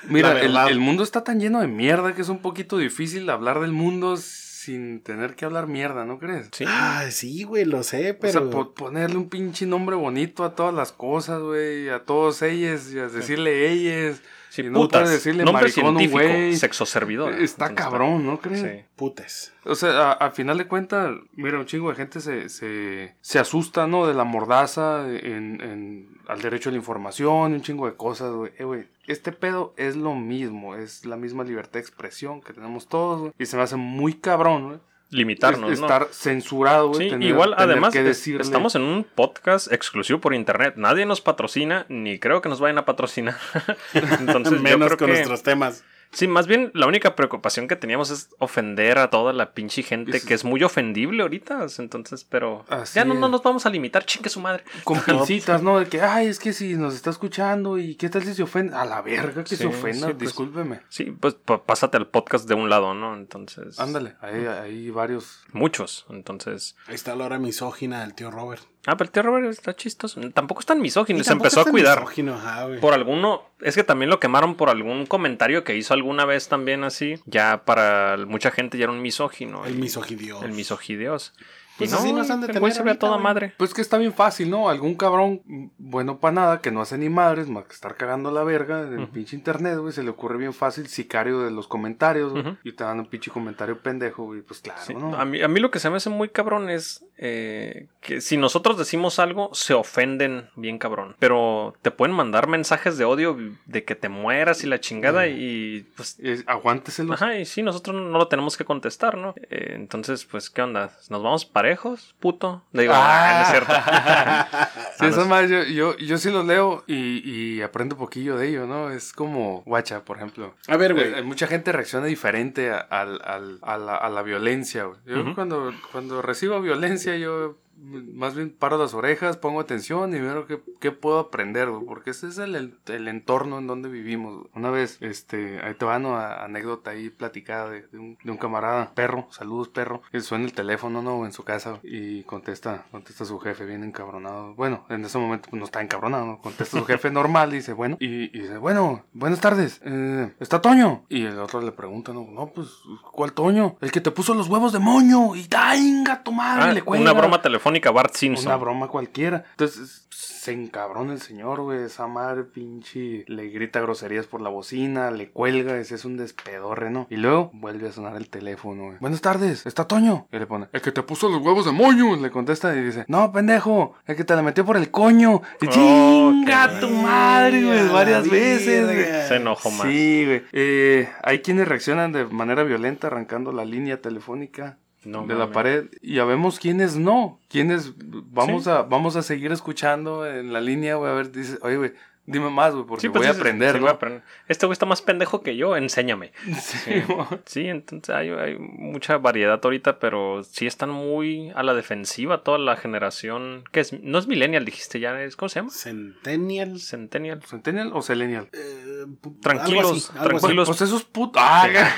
Mira, La el, verdad. el mundo está tan lleno de mierda que es un poquito difícil hablar del mundo sin tener que hablar mierda, ¿no crees? Sí. Ah, sí, güey, lo sé, pero... O sea, po- ponerle un pinche nombre bonito a todas las cosas, güey, a todos ellos, y a decirle ellos. Sí, y no putas. puedes decirle nombre maricón a un científico, güey. sexo servidora. Está cabrón, ¿no crees? Sí. Putes. O sea, a, a final de cuentas, mira, un chingo de gente se, se, se asusta, ¿no? De la mordaza en, en- al derecho a la información, y un chingo de cosas, güey. Eh, güey, este pedo es lo mismo, es la misma libertad de expresión que tenemos todos, güey. Y se me hace muy cabrón, güey. Limitarnos, es- ¿no? estar censurado, Sí, güey. tener- igual tener además que es- decirle- estamos en un podcast exclusivo por internet. Nadie nos patrocina, ni creo que nos vayan a patrocinar. Entonces, yo Menos creo con que- nuestros temas. Sí, más bien la única preocupación que teníamos es ofender a toda la pinche gente Es- que es muy ofendible ahorita. Entonces, pero Así ya no, no es. nos vamos a limitar, chingue su madre. Con pincitas, ¿no? De que, ay, es que si nos está escuchando y qué tal si se ofende. A la verga que Sí, se ofenda, sí, pues. discúlpeme. Sí, pues pa- pásate al podcast de un lado, ¿no? Entonces. Ándale, hay, hay varios. Muchos, entonces. Ahí está la hora misógina del tío Robert. Ah, pero el tío Robert está chistoso. Tampoco es tan misógino. Y Se tampoco empezó es a tan cuidar. misógino, ajá, güey. Por alguno, es que también lo quemaron por algún comentario que hizo alguna vez también así. Ya para el- mucha gente ya era un misógino. El y- misogidios. El misogidios. Pues y no, así nos han de el güey tener se ve a ahorita, toda güey. madre. Pues que está bien fácil, ¿no? Algún cabrón mm, bueno para nada que no hace ni madres más que estar cagando la verga en el pinche internet, güey. Se le ocurre bien fácil sicario de los comentarios, güey. Ujú. Y te dan un pinche comentario pendejo, güey. Pues claro, Sí, ¿no? a, mí, a mí lo que se me hace muy cabrón es eh, que si nosotros decimos algo, se ofenden bien cabrón. Pero te pueden mandar mensajes de odio de que te mueras y la chingada y pues... Es- aguánteselo. Ajá, y sí, nosotros no lo tenemos que contestar, ¿no? Eh, entonces, pues, ¿qué onda? ¿Nos vamos para lejos, puto. Le digo, ah, no es cierto. Sí, Ah, esas no. madres yo, yo, yo sí los leo y, y aprendo poquillo de ello, ¿no? Es como Guacha, por ejemplo. A ver, Eh, eh, güey. Mucha gente reacciona diferente a, al- al- a la, a la violencia, güey. Yo Ujú. cuando, cuando recibo violencia, yo mm, más bien paro las orejas, pongo atención y veo qué, qué puedo aprender, güey. Porque ese es el, el- el entorno en donde vivimos, güey. Una vez, este, ahí te van una anécdota ahí platicada de, de un, de un camarada, perro, saludos perro, que suena el teléfono, ¿no? En su casa güey, y contesta, contesta su jefe bien encabronado. Bueno, en ese momento pues, no está encabronado, ¿no? contesta su jefe normal y dice, bueno, y, y dice, bueno, buenas tardes, eh, ¿está Toño? Y el otro le pregunta, no, no, pues, ¿cuál Toño? El que te puso los huevos de moño y tainga tu madre, Ah, le cuelga. una broma telefónica, Bart Simpson. Una broma cualquiera. Entonces se encabrona el señor, güey. Esa madre, pinche. Le grita groserías por la bocina, le cuelga, ese es un despedorre, ¿no? Y luego vuelve a sonar el teléfono, güey. Buenas tardes, ¿está Toño? Y le pone, el que te puso los huevos de moño. Le contesta y dice, no, pendejo, el que te la metió por el coño. Y Oh, chinga qué tu madre, eh, güey, Ay, varias la veces, güey. verga. Se enojó más. Sí, güey. Eh, hay quienes reaccionan de manera violenta arrancando la línea telefónica No de la mames. pared y ya vemos quiénes no, quiénes vamos Sí. a vamos a seguir escuchando en la línea, güey, a ver, dices, oye, güey, dime más, güey, porque Sí, pues voy a sí, aprender, sí, ¿no? voy a aprender. Este güey está más pendejo que yo, enséñame. Sí, güey. Eh, Sí, entonces hay, hay mucha variedad ahorita, pero sí están muy a la defensiva toda la generación. que es? No es millennial, dijiste ya, es- ¿cómo se llama? Centennial. Centennial. Pues, ¿Centennial o Selenial? eh, pu- Tranquilos, algo así, algo así. tranquilos. Pues esos putos.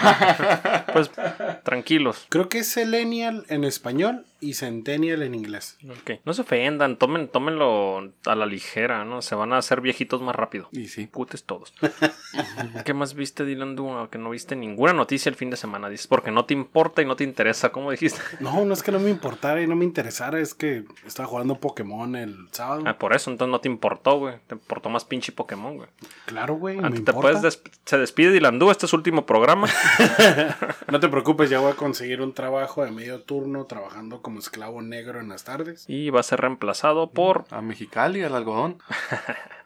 Ah, Pues tranquilos. Creo que es Selenial en español y Centennial en inglés. Ok. No se ofendan, tomen, tómenlo a la ligera, ¿no? Se van a hacer viejitos más rápido. y sí. Putes todos. ¿Qué más viste, Dylan Duna? Que no viste ninguna noticia el fin de semana, dices, porque no te importa y no te interesa, como dijiste. No, no es que no me importara y no me interesara, es que estaba jugando Pokémon el sábado. Ah, por eso, entonces no te importó, güey. Te importó más pinche Pokémon, güey. claro, güey, no me Antes Ah, te puedes importa. desp- se despide Dylan Duna, este es su último programa. No te preocupes, ya voy a conseguir un trabajo de medio turno trabajando como esclavo negro en las tardes. y va a ser reemplazado por. A Mexicali, al algodón.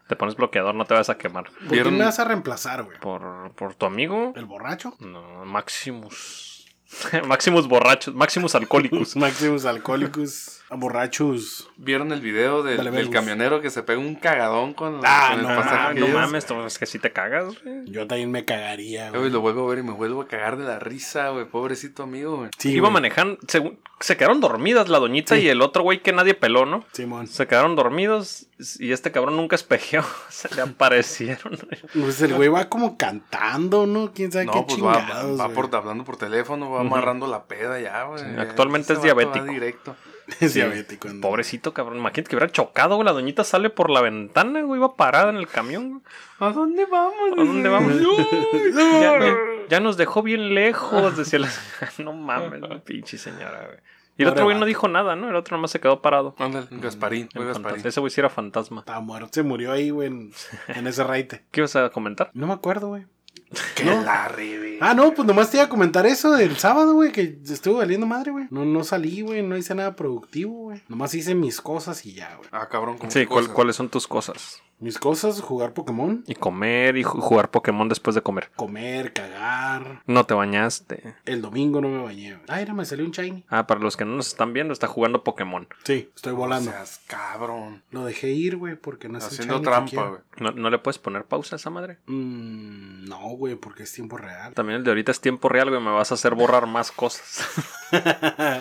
Te pones bloqueador, no te vas a quemar. ¿Por Vieron- qué me vas a reemplazar, güey? Por, por tu amigo. ¿El borracho? No, Maximus. Maximus borrachos, Maximus alcohólicos. Maximus Alcohólicos, borrachos. ¿Vieron el video del, Dale, del vemos. camionero que se pega un cagadón con, Ah, con no el pasaje? Ah, que no lleva? mames, tú, es que si te cagas, güey. Yo también me cagaría, Eh, güey, güey. lo vuelvo a ver y me vuelvo a cagar de la risa, güey. Pobrecito amigo, güey. Sí, Iba güey. manejando. Se, se quedaron dormidas la doñita y el otro güey que nadie peló, ¿no? Simón. Se quedaron dormidos y este cabrón nunca espejeó. Se le aparecieron. Pues el güey va como cantando, ¿no? ¿Quién sabe qué No, pues va, chingados, va güey. por, hablando por teléfono, va Ujú. amarrando la peda ya, güey. Sí, actualmente Ese es vato va diabético. directo. Es diabético. ¿no? Pobrecito cabrón. Imagínate que hubiera chocado, güey. La doñita sale por la ventana, güey. Iba parada en el camión. güey. ¿A dónde vamos? ¿A dónde vamos? No, Ya, ya- ya nos dejó bien lejos, decía la... No mames, pinche señora, güey. Y el Pobre otro güey no vato. dijo nada, ¿no? El otro nomás se quedó parado. Ándale, Gasparín, El güey, Gasparín. fantasma. Ese güey sí era fantasma. Está muerto, se murió ahí, güey, en, en ese raite. ¿Qué ibas a comentar? No me acuerdo, güey. Que la rebe. Ah, no, pues nomás te iba a comentar eso del sábado, güey, que estuvo valiendo madre, güey. No, no salí, güey, no hice nada productivo, güey. Nomás hice mis cosas y ya, güey. Ah, cabrón. ¿cómo Sí, qué ¿cuál- cosa? ¿cuáles son tus cosas? Mis cosas, jugar Pokémon, Y comer y ju- jugar Pokémon después de comer. comer, cagar. No te bañaste. El domingo no me bañé, güey. Ah, era, me salió un shiny. Ah, para los que no nos están viendo, está jugando Pokémon. Sí, estoy O volando. sea, es cabrón. Lo dejé ir, güey, porque no es el Haciendo shiny que trampa, quiero. güey. ¿No, no le puedes poner pausa a esa madre? Mm, no, güey, porque es tiempo real. También el de ahorita es tiempo real, güey. Me vas a hacer borrar más cosas.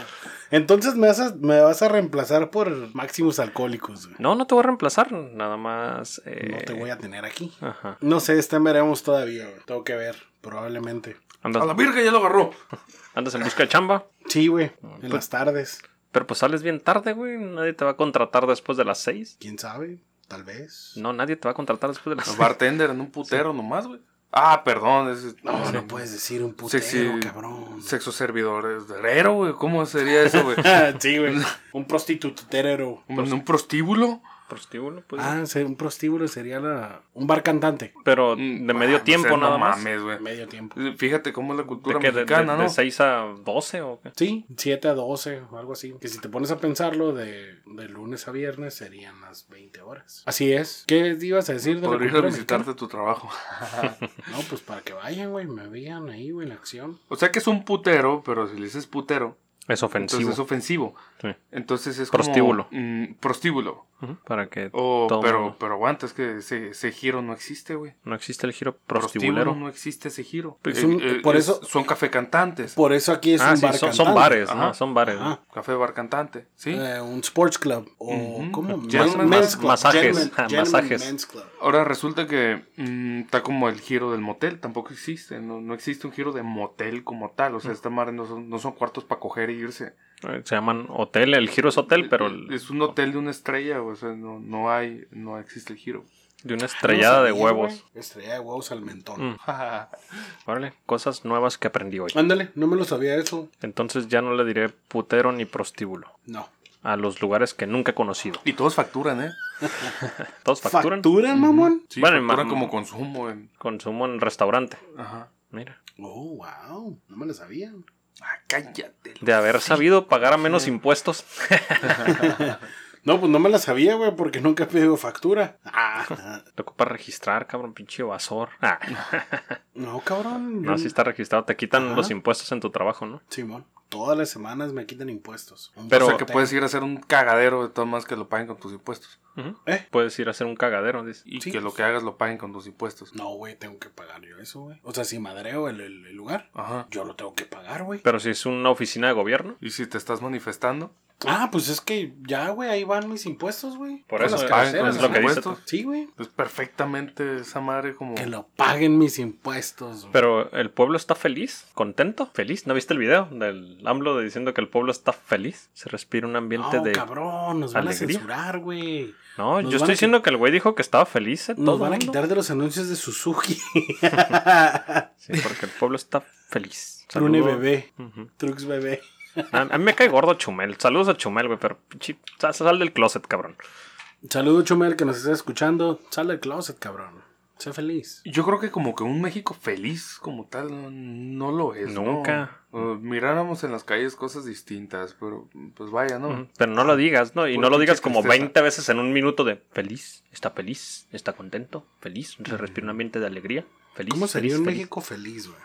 Entonces me vas a, me vas a reemplazar por máximos alcohólicos, güey. No, no te voy a reemplazar. Nada más. No eh, te voy a tener aquí. Ajá. No sé, este veremos todavía, güey. Tengo que ver, probablemente. Andas, A la virgen ya lo agarró. Pues andas en busca de chamba. Sí, güey, en pues- las tardes. Pero pues sales bien tarde, güey. Nadie te va a contratar después de las 6. ¿Quién sabe? Tal vez. No, nadie te va a contratar después de las Los 6. bartender en un putero nomás, güey. Ah, perdón. Es, No, no puedes decir un putero, Sexy- cabrón. Sexo servidor es herrero, güey. ¿Cómo sería eso, güey? sí, güey. Un prostitutero. ¿Un, un prostíbulo? Prostíbulo, pues. Ah, sí, un prostíbulo sería la... un bar cantante. Pero Mm, de medio mames, tiempo no nada más. mames, güey. Medio tiempo. Fíjate cómo es la cultura ¿De qué? ¿De, mexicana, ¿no? 6 a 12 o qué? Sí, 7 a 12 o algo así. Que si te pones a pensarlo, de, de lunes a viernes serían las 20 horas. Así es. ¿Qué ibas a decir de la Podría ir a cultura visitarte tu trabajo. mexicana? No, pues para que vayan, güey, me vean ahí, güey, en acción. O sea que es un putero, pero si le dices putero, Es ofensivo. Entonces es ofensivo. Sí. Entonces es Prostíbulo. como... mm, prostíbulo. Ujú, Para que Oh, todo pero, mundo- pero aguanta, es que ese, ese giro no existe, güey. no existe el giro Prostíbulo prostibulero. no existe ese giro. Eh, Es Pues un- por eso- son café cantantes. Por eso aquí es Ah, un sí, bar son, son cantante. bares, Ajá. ¿no? Son bares. Ajá. Café bar cantante, ¿sí? Ah, Eh, un sports club o Ujú. ¿cómo? Gentleman- Men's club. masajes. Gentleman- Ah, gentleman masajes. men's club. Ahora resulta que mm, está como el giro del motel, tampoco existe. No, no existe un giro de motel como tal. Mm. O sea, esta madre no son, no son cuartos para coger e irse. Ah. Eh, Se llaman hotel, el giro es hotel, pero el- Eh, Es un hotel de una estrella, o sea, no, no hay, no existe el giro. de una estrellada de Sabía, huevos. güey. Estrellada de huevos al mentón. Mm. Órale, cosas nuevas que aprendí hoy. Ándale, no me lo sabía eso. Entonces ya no le diré putero ni prostíbulo No. a los lugares que nunca he conocido. y todos facturan, ¿eh? Todos facturan. mamón? Sí, Bueno, y facturan ma- como consumo. En... Consumo en restaurante. Ajá. Mira. Oh, wow. No me lo sabía. Ah, cállate. De haber sabido pagar a menos impuestos. No, pues no me la sabía, güey, porque nunca he pedido factura. Ah. Te ocupa registrar, cabrón, pinche evasor. Ah, No, cabrón. no, yo- si está registrado. Te quitan Ajá. los impuestos en tu trabajo, ¿no? Simón, todas las semanas me quitan impuestos. Un Pero- o sea, porcentaje. que puedes ir a hacer un cagadero de todas más que lo paguen con tus impuestos. Ujú. ¿Eh? Puedes ir a hacer un cagadero, dice. Y Sí, que lo pues. que hagas lo paguen con tus impuestos. No, güey, tengo que pagar yo eso, güey. O sea, si madreo el, el- el lugar, Ajá. yo lo tengo que pagar, güey. Pero si es una oficina de gobierno, Y si te estás manifestando, Ah, pues es que ya, güey, ahí van mis impuestos, güey. Por Todas eso, las pagan cabeceras, con- es lo que ajá. dice impuestos. Sí, güey. Es perfectamente esa madre como... Que lo paguen mis impuestos, güey. pero el pueblo está feliz, contento, feliz. ¿No viste el video del AMLO de diciendo que el pueblo está feliz? Se respira un ambiente No, de... cabrón, nos van alegría. a censurar, güey. No, Nos yo van estoy a diciendo que el güey dijo que estaba feliz. eh, todo Nos van a mundo. quitar de los anuncios de Suzuki. Sí, porque el pueblo está feliz. Trune Saludo. bebé, Ujú. Trux bebé. a, a mí me cae gordo Chumel. Saludos a Chumel, güey, pero pinche- sal, sal del closet, cabrón. Saludo, Chumel, que nos está escuchando. Sal del closet, cabrón. Sé feliz. Yo creo que como que un México feliz como tal no, no lo es. ¿no? Nunca. Eh, miráramos en las calles cosas distintas, pero pues vaya, ¿no? Ujú. Pero no lo digas, ¿no? Y Pura no lo digas pinche como tristeza. 20 veces en un minuto de feliz, está feliz, está contento, feliz, se respira un ambiente de alegría. Feliz, ¿Cómo sería feliz, un feliz. México feliz, güey?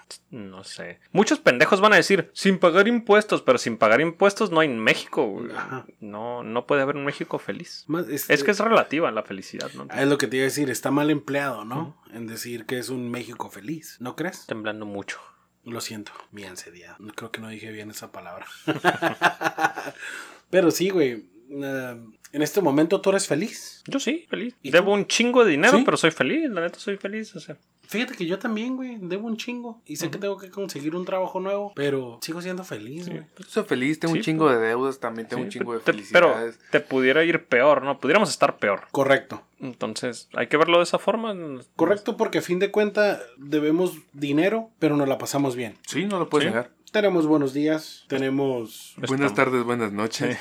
No sé. Muchos pendejos van a decir, sin pagar impuestos, pero sin pagar impuestos no hay en México. güey. Ajá. No, no puede haber un México feliz. Más, este- Es que es relativa la felicidad, ¿no? Ah, Es lo que te iba a decir, está mal empleado, ¿no? En decir que es un México feliz, ¿no crees? Temblando mucho. Lo siento, mi ansiedad. Creo que no dije bien esa palabra. Pero sí, güey. eh, en este momento tú eres feliz. Yo sí, feliz. ¿Y Debo tú? un chingo de dinero, ¿Sí? pero soy feliz, la neta soy feliz. O sea, Fíjate que yo también, güey, debo un chingo. Y sé que tengo que conseguir un trabajo nuevo, pero sigo siendo feliz, güey. Yo soy feliz, tengo Sí, pues. un chingo de deudas, también tengo sí, un chingo de te- pero felicidades. te pudiera ir peor, ¿no? Pudiéramos estar peor. Correcto. Entonces, hay que verlo de esa forma. Correcto porque a fin de cuenta debemos dinero, pero nos la pasamos bien. Sí, no lo puedes Sí. negar. Tenemos buenos días, tenemos... Buenas tardes, buenas noches.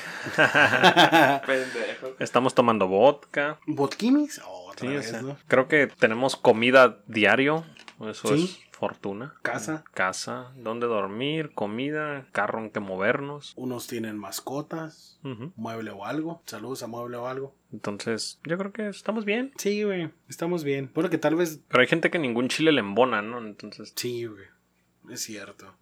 Estamos tomando vodka. ¿Botquimis? Oh, otra Sí, o vez, sea, ¿no? Creo que tenemos comida diario. Eso Sí. es fortuna. Casa. Casa, dónde dormir, comida, carro en que movernos. Unos tienen mascotas, Ujú. mueble o algo. Saludos a mueble o algo. Entonces, yo creo que estamos bien. Sí, güey, estamos bien. Bueno, que tal vez... Pero hay gente que ningún chile le embona, ¿no? Entonces, Sí, güey, es cierto.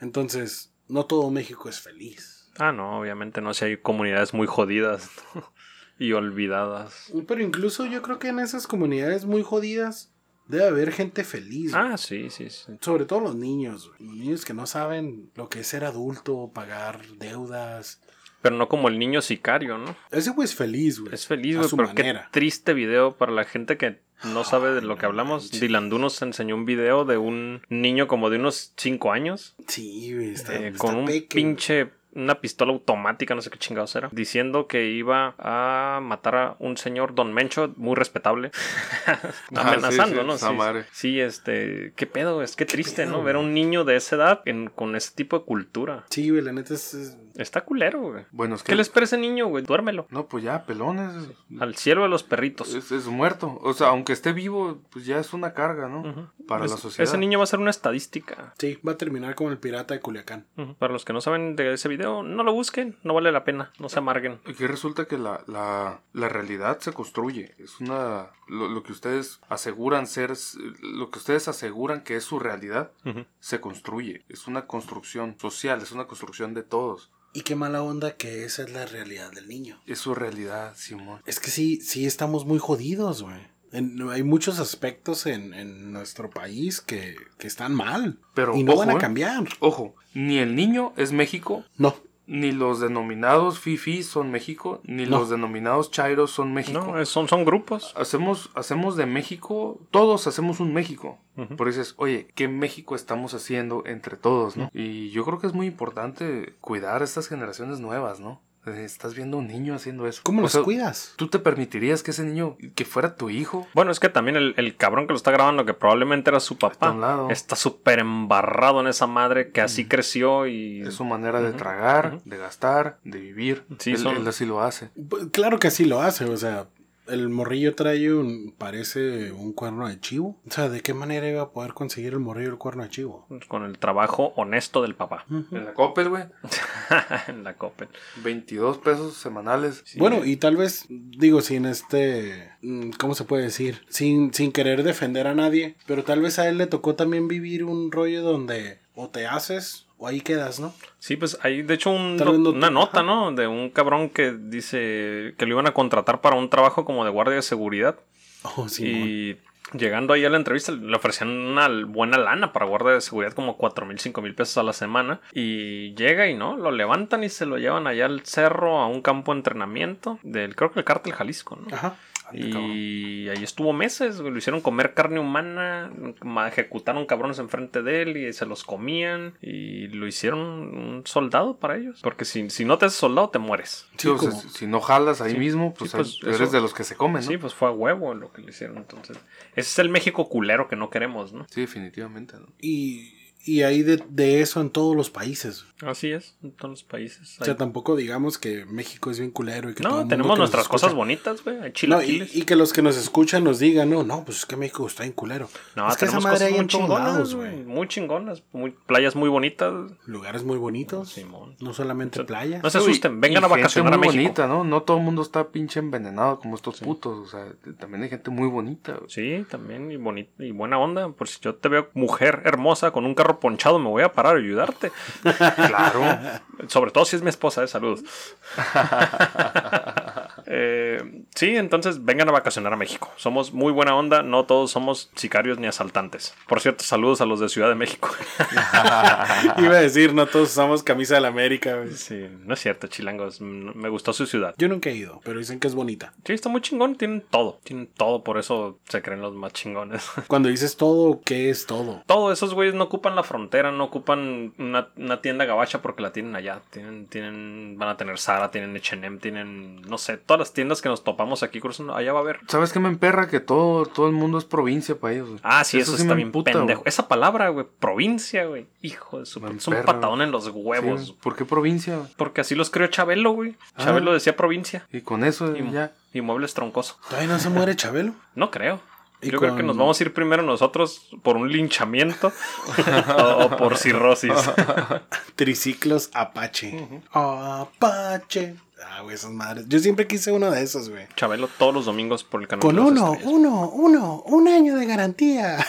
Entonces, no todo México es feliz. ah, no, obviamente no. Si hay comunidades muy jodidas y olvidadas. Pero incluso yo creo que en esas comunidades muy jodidas debe haber gente feliz. güey. Ah, sí, sí, sí. Sobre todo los niños, güey. los niños que no saben lo que es ser adulto, pagar deudas. Pero no como el niño sicario, ¿no? Ese güey es feliz, güey. Es feliz, A güey, su pero manera. Ah, qué triste video para la gente que no sabe de lo que hablamos. manches. Dilandú nos enseñó un video de un niño como de unos 5 años Sí, güey, está, eh, está con un peque, güey. pinche una pistola automática, no sé qué chingados era, diciendo que iba a matar a un señor Don Mencho muy respetable, sí, Ah, amenazando, sí, ¿no? esa madre. sí, este, qué pedo, es que triste, pedo, ¿no? Ver a un niño de esa edad en- con ese tipo de cultura. Sí, güey, la neta es, es- Está culero, güey. Bueno, es que... ¿Qué les parece niño, güey? Duérmelo. No, pues ya, pelones. Mm. Al cielo de los perritos. Es, es muerto. O sea, aunque esté vivo, pues ya es una carga, ¿no? Ujú. Para la Es- sociedad. Ese niño va a ser una estadística. Sí, va a terminar como el pirata de Culiacán. Para los que no saben de ese video, no lo busquen, no vale la pena, no se amarguen. Aquí resulta que la, la, la realidad se construye. Es una. Lo, lo que ustedes aseguran ser. Lo que ustedes aseguran que es su realidad Ujú. se construye. Es una construcción social, es una construcción de todos. Y qué mala onda que esa es la realidad del niño. Es su realidad, Simón. Es que sí, sí estamos muy jodidos, güey. En- hay muchos aspectos en, en nuestro país que, que están mal. Pero, y no ojo, van a eh. cambiar. Ojo, ni el niño es México, No. ni los denominados fifis son México, ni No. los denominados chairos son México. No, es- son, son grupos. hacemos, hacemos de México, todos hacemos un México. Ujú. Por eso dices, oye, ¿qué México estamos haciendo entre todos, no? Y yo creo que es muy importante cuidar a estas generaciones nuevas, ¿no? Eh, Estás viendo un niño haciendo eso. ¿Cómo O los sea, cuidas? ¿Tú te permitirías que ese niño, que fuera tu hijo? Bueno, es que también el, el cabrón que lo está grabando, que probablemente era su a un papá, lado. Mm. está súper embarrado en esa madre que así creció y... Es su manera de tragar, de gastar, de vivir. Sí, él, son- él así lo hace. Pues, Claro que así lo hace, o sea, el morrillo trae un, parece un cuerno de chivo. O sea, ¿de qué manera iba a poder conseguir el morrillo el cuerno de chivo? Con el trabajo honesto del papá. Mm. En la Coppel, güey. en la Copen. 22 pesos semanales. Bueno, y tal vez, digo, sin este, mm, ¿cómo se puede decir? Sin, sin querer defender a nadie, pero tal vez a él le tocó también vivir un rollo donde o te haces o ahí quedas, ¿no? Sí, pues hay de hecho un Tal vez no doc- una te- nota, ajá. ¿no? De un cabrón que dice que lo iban a contratar para un trabajo como de guardia de seguridad. Oh, sí. Y llegando ahí a la entrevista le ofrecían una buena lana para guardia de seguridad, como cuatro mil, cinco mil pesos a la semana. Y llega y no, lo levantan y se lo llevan allá al cerro a un campo de entrenamiento del, creo que el cártel Jalisco, ¿no? Ajá. Ande, cabrón. Y ahí estuvo meses, güey, lo hicieron comer carne humana, ma- ejecutaron cabrones enfrente de él y se los comían y lo hicieron un soldado para ellos. Porque si, si no te haces soldado te mueres. Sí, Sí, o sea, como- si no jalas ahí Sí, mismo, pues, sí, pues, eres eso- de los que se comen, ¿no? Sí, pues fue a huevo lo que le hicieron entonces. Ese es el México culero que no queremos, ¿no? Sí, definitivamente, ¿no? Y, y hay de, de eso en todos los países. Así es, en todos los países. O sea, tampoco digamos que México es bien culero y que todo el no, mundo tenemos que nos nuestras cosas escucha- bonitas, güey. Hay No, y, chilaquiles. y que los que nos escuchan nos digan, no, no, pues es que México está en culero. No, es que esa tenemos madre cosas hay muy en todos chingonas, lados, güey. güey. Muy chingonas. muy- playas muy bonitas. Lugares muy bonitos, Simón. no solamente O sea, playas. No se asusten, vengan Y a vacacionar a gente muy México. bonita, ¿no? No todo el mundo está pinche envenenado como estos putos. O sea, t- también hay gente muy bonita. güey. Sí, también, y bonita, y buena onda. Por si yo te veo mujer hermosa con un carro ponchado, me voy a parar a ayudarte. Claro. Sobre todo si es mi esposa, de salud. Eh, sí, entonces vengan a vacacionar a México. Somos muy buena onda, no todos somos sicarios ni asaltantes. Por cierto, saludos a los de Ciudad de México. Iba a decir, no todos usamos camisa de la América, güey. sí, no es cierto, chilangos. mm, Me gustó su ciudad. Yo nunca he ido, pero dicen que es bonita. Sí, está muy chingón, tienen todo. Tienen todo, por eso se creen los más chingones. Cuando dices todo, ¿qué es todo? Todo, esos güeyes no ocupan la frontera, no ocupan una, una tienda gabacha porque la tienen allá. Tienen, tienen, van a tener Sara, tienen H&M, tienen, no sé, todas las tiendas que nos topamos aquí cruzando, allá va a haber. ¿Sabes qué me emperra? Que todo, todo el mundo es provincia para ellos. güey. Ah, sí, eso, sí está me bien emputa, pendejo. güey. Esa palabra, güey, provincia, güey. Hijo de su... Me Es un emperra, patadón güey. en los Sí, huevos. ¿Por qué provincia? güey? Porque así los creó Chabelo, güey. Ah. Chabelo decía provincia. Y con eso Y- ya. Inmuebles troncoso. ¿Todavía no se muere Chabelo? No creo. Y Yo creo que con- nos vamos a ir primero nosotros por un linchamiento o o por cirrosis. Triciclos Apache. Apache. Ah, güey, esas madres. Yo siempre quise uno de esos, güey. Chabelo todos los domingos por el canal. Con de las uno, estrellas. uno, uno, un año de garantía.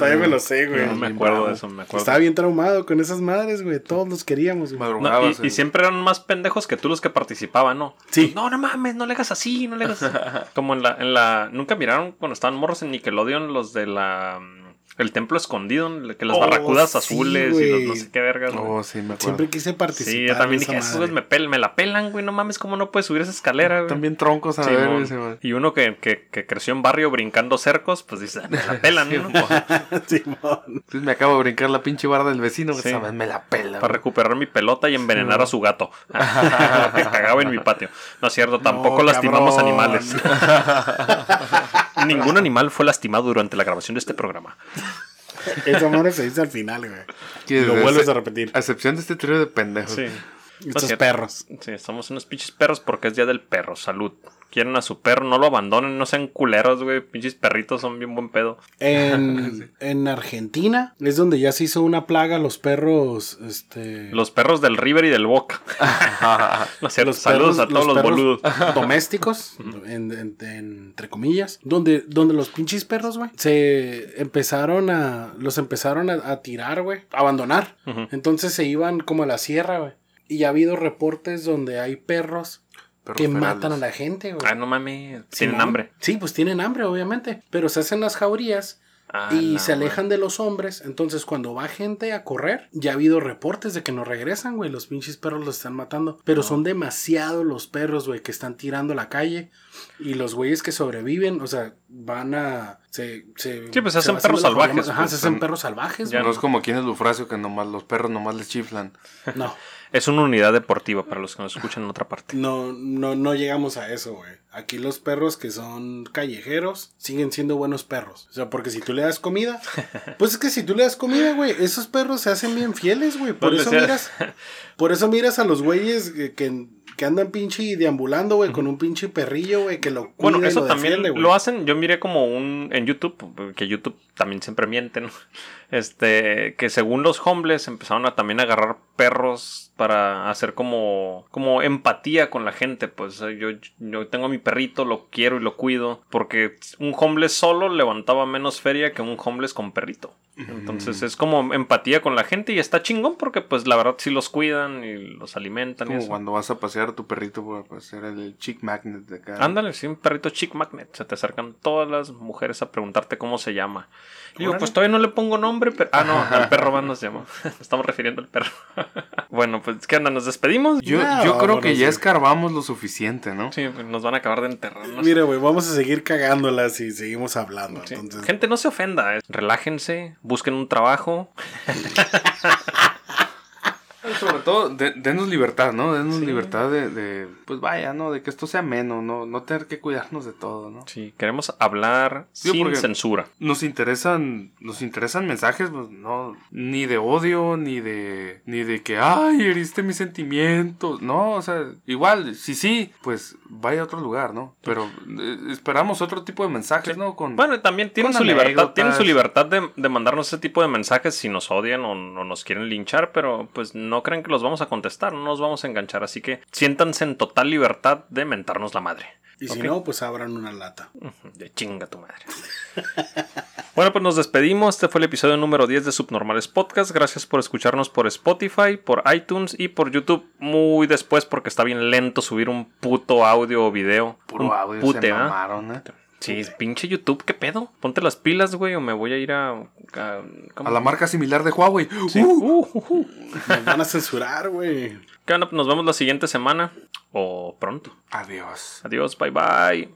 Todavía me lo sé, güey. No me Bien acuerdo bravo. de eso, me acuerdo. Estaba bien traumado con esas madres, güey. Todos los queríamos, güey. No, Madrugabas, y, y eh. siempre eran más pendejos que tú los que participaban, ¿no? Sí. No, no mames, no le hagas así, no le hagas así. Como en la, en la. Nunca miraron cuando estaban morros en Nickelodeon los de la. mm, El templo escondido, en el que las Oh, barracudas sí, azules y los güey. no sé qué vergas. güey. Oh, sí, me acuerdo. Siempre quise participar. sí, yo también en esa dije, esos madre. güeyes me, pel- me la pelan, güey. No mames, cómo no puedes subir esa escalera, güey. También troncos a Sí, ver. mon. ese, güey. y uno que, que, que creció en barrio brincando cercos, pues dice, me la pelan, Sí, ¿no? mon. Simón. Entonces me acabo de brincar la pinche barra del vecino. Sí. esa madre me la pela. Para güey. recuperar mi pelota y envenenar a su gato. que cagaba en mi patio. No es cierto, tampoco No, lastimamos cabrón. animales. Ningún animal fue lastimado durante la grabación de este programa. Esa madre se dice al final, güey. Que Lo de- vuelves se- a repetir. A excepción de este trío de pendejos. Sí. Estos cierto. perros. Sí, somos unos pinches perros porque es día del perro. Salud. Quieren a su perro, no lo abandonen, no sean culeros, güey. Pinches perritos son bien buen pedo. En, en Argentina es donde ya se hizo una plaga los perros. Este, Los perros del River y del Boca. no es cierto. los Saludos perros- a todos los, perros boludos. Domésticos, en- en- en- entre comillas, donde, donde los pinches perros, güey, se empezaron a, los empezaron a, a tirar, güey, a abandonar. Ujú. Entonces se iban como a la sierra, güey. Y ya ha habido reportes donde hay perros Perros que ferales. matan a la gente, güey. Ah, no mames. Tienen Simón. hambre. Sí, pues tienen hambre, obviamente. Pero se hacen las jaurías Ah, y la se alejan de los hombres. Entonces, cuando va gente a correr, ya ha habido reportes de que no regresan, güey. Los pinches perros los están matando. Pero son demasiados los perros, güey, que están tirando a la calle. Y los güeyes que sobreviven, o sea, van a. Se, se, Sí, pues se se hacen va haciendo perros la salvajes, familia- Ajá, pues, se hacen son- perros salvajes, Ya güey. No es como quienes Lufracio que nomás los perros nomás les chiflan. No, Es una unidad deportiva para los que nos escuchan en otra parte. no, no, no llegamos a eso, güey. Aquí los perros que son callejeros siguen siendo buenos perros. O sea, porque si tú le das comida, pues es que si tú le das comida, güey, esos perros se hacen bien fieles, güey. Por No les eso seas- miras, por eso miras a los güeyes que, que- que andan pinche deambulando, güey, con un pinche perrillo, güey, que lo cuida Bueno, y eso lo también defiende, güey. lo hacen. Yo miré como un. En YouTube, que YouTube también siempre miente, ¿no? Este. Que según los homeless empezaron a también agarrar perros para hacer como. Como empatía con la gente. Pues eh, yo, yo tengo a mi perrito, lo quiero y lo cuido. Porque un homeless solo levantaba menos feria que un homeless con perrito. Entonces es como empatía con la gente y está chingón porque, pues, la verdad sí los cuidan y los alimentan y Como eso. cuando vas a pasear a tu perrito por pasear el, el chick magnet de acá. Ándale, sí, un perrito chick magnet. Se te acercan todas las mujeres a preguntarte cómo se llama. Y digo, Órale. pues todavía no le pongo nombre, pero. Ah, no, al perro van nos llama. Estamos refiriendo al perro. bueno, pues, ¿qué onda? ¿Nos despedimos? Yo, No, yo creo vámonos, que ya güey. escarbamos lo suficiente, ¿no? Sí, pues, nos van a acabar de enterrar. no sé. Mira, güey, vamos a seguir cagándola si seguimos hablando. Sí. Entonces, Gente, no se ofenda. eh. Relájense, busquen un trabajo. Sobre todo, de- denos libertad, ¿no? Denos libertad de, de, pues vaya, ¿no? De que esto sea ameno, ¿no? No tener que cuidarnos de todo, ¿no? Sí, queremos hablar Digo, sin porque- censura. Nos interesan, nos interesan mensajes, pues no, ni de odio, ni de, ni de que, ay, heriste mis sentimientos, no, o sea, igual, si sí, pues vaya a otro lugar, ¿no? Pero eh, esperamos otro tipo de mensajes, ¿no? Con, Bueno, y también tienen Con su libertad, anécdotas. tienen su libertad de, de mandarnos ese tipo de mensajes si nos odian o, no nos quieren linchar, pero pues no crean que los vamos a contestar, no nos vamos a enganchar, así que siéntanse en total libertad de mentarnos la madre. y si ok. no, pues abran una lata. De chinga tu madre. bueno, pues nos despedimos. Este fue el episodio número 10 de Subnormales Podcast. Gracias por escucharnos por Spotify, por iTunes y por YouTube muy después porque está bien lento subir un puto audio o video. puro Un audio, pute, se ¿ah? mamaron, ¿eh? Sí, pinche YouTube, ¿qué pedo? Ponte las pilas, güey, o me voy a ir a... a- ¿cómo? A la marca similar de Huawei. Sí. Uh, Uh, uh, uh. Nos van a censurar, güey. ¿Qué onda? Pues Nos vemos la siguiente semana o pronto. Adiós. Adiós, bye bye.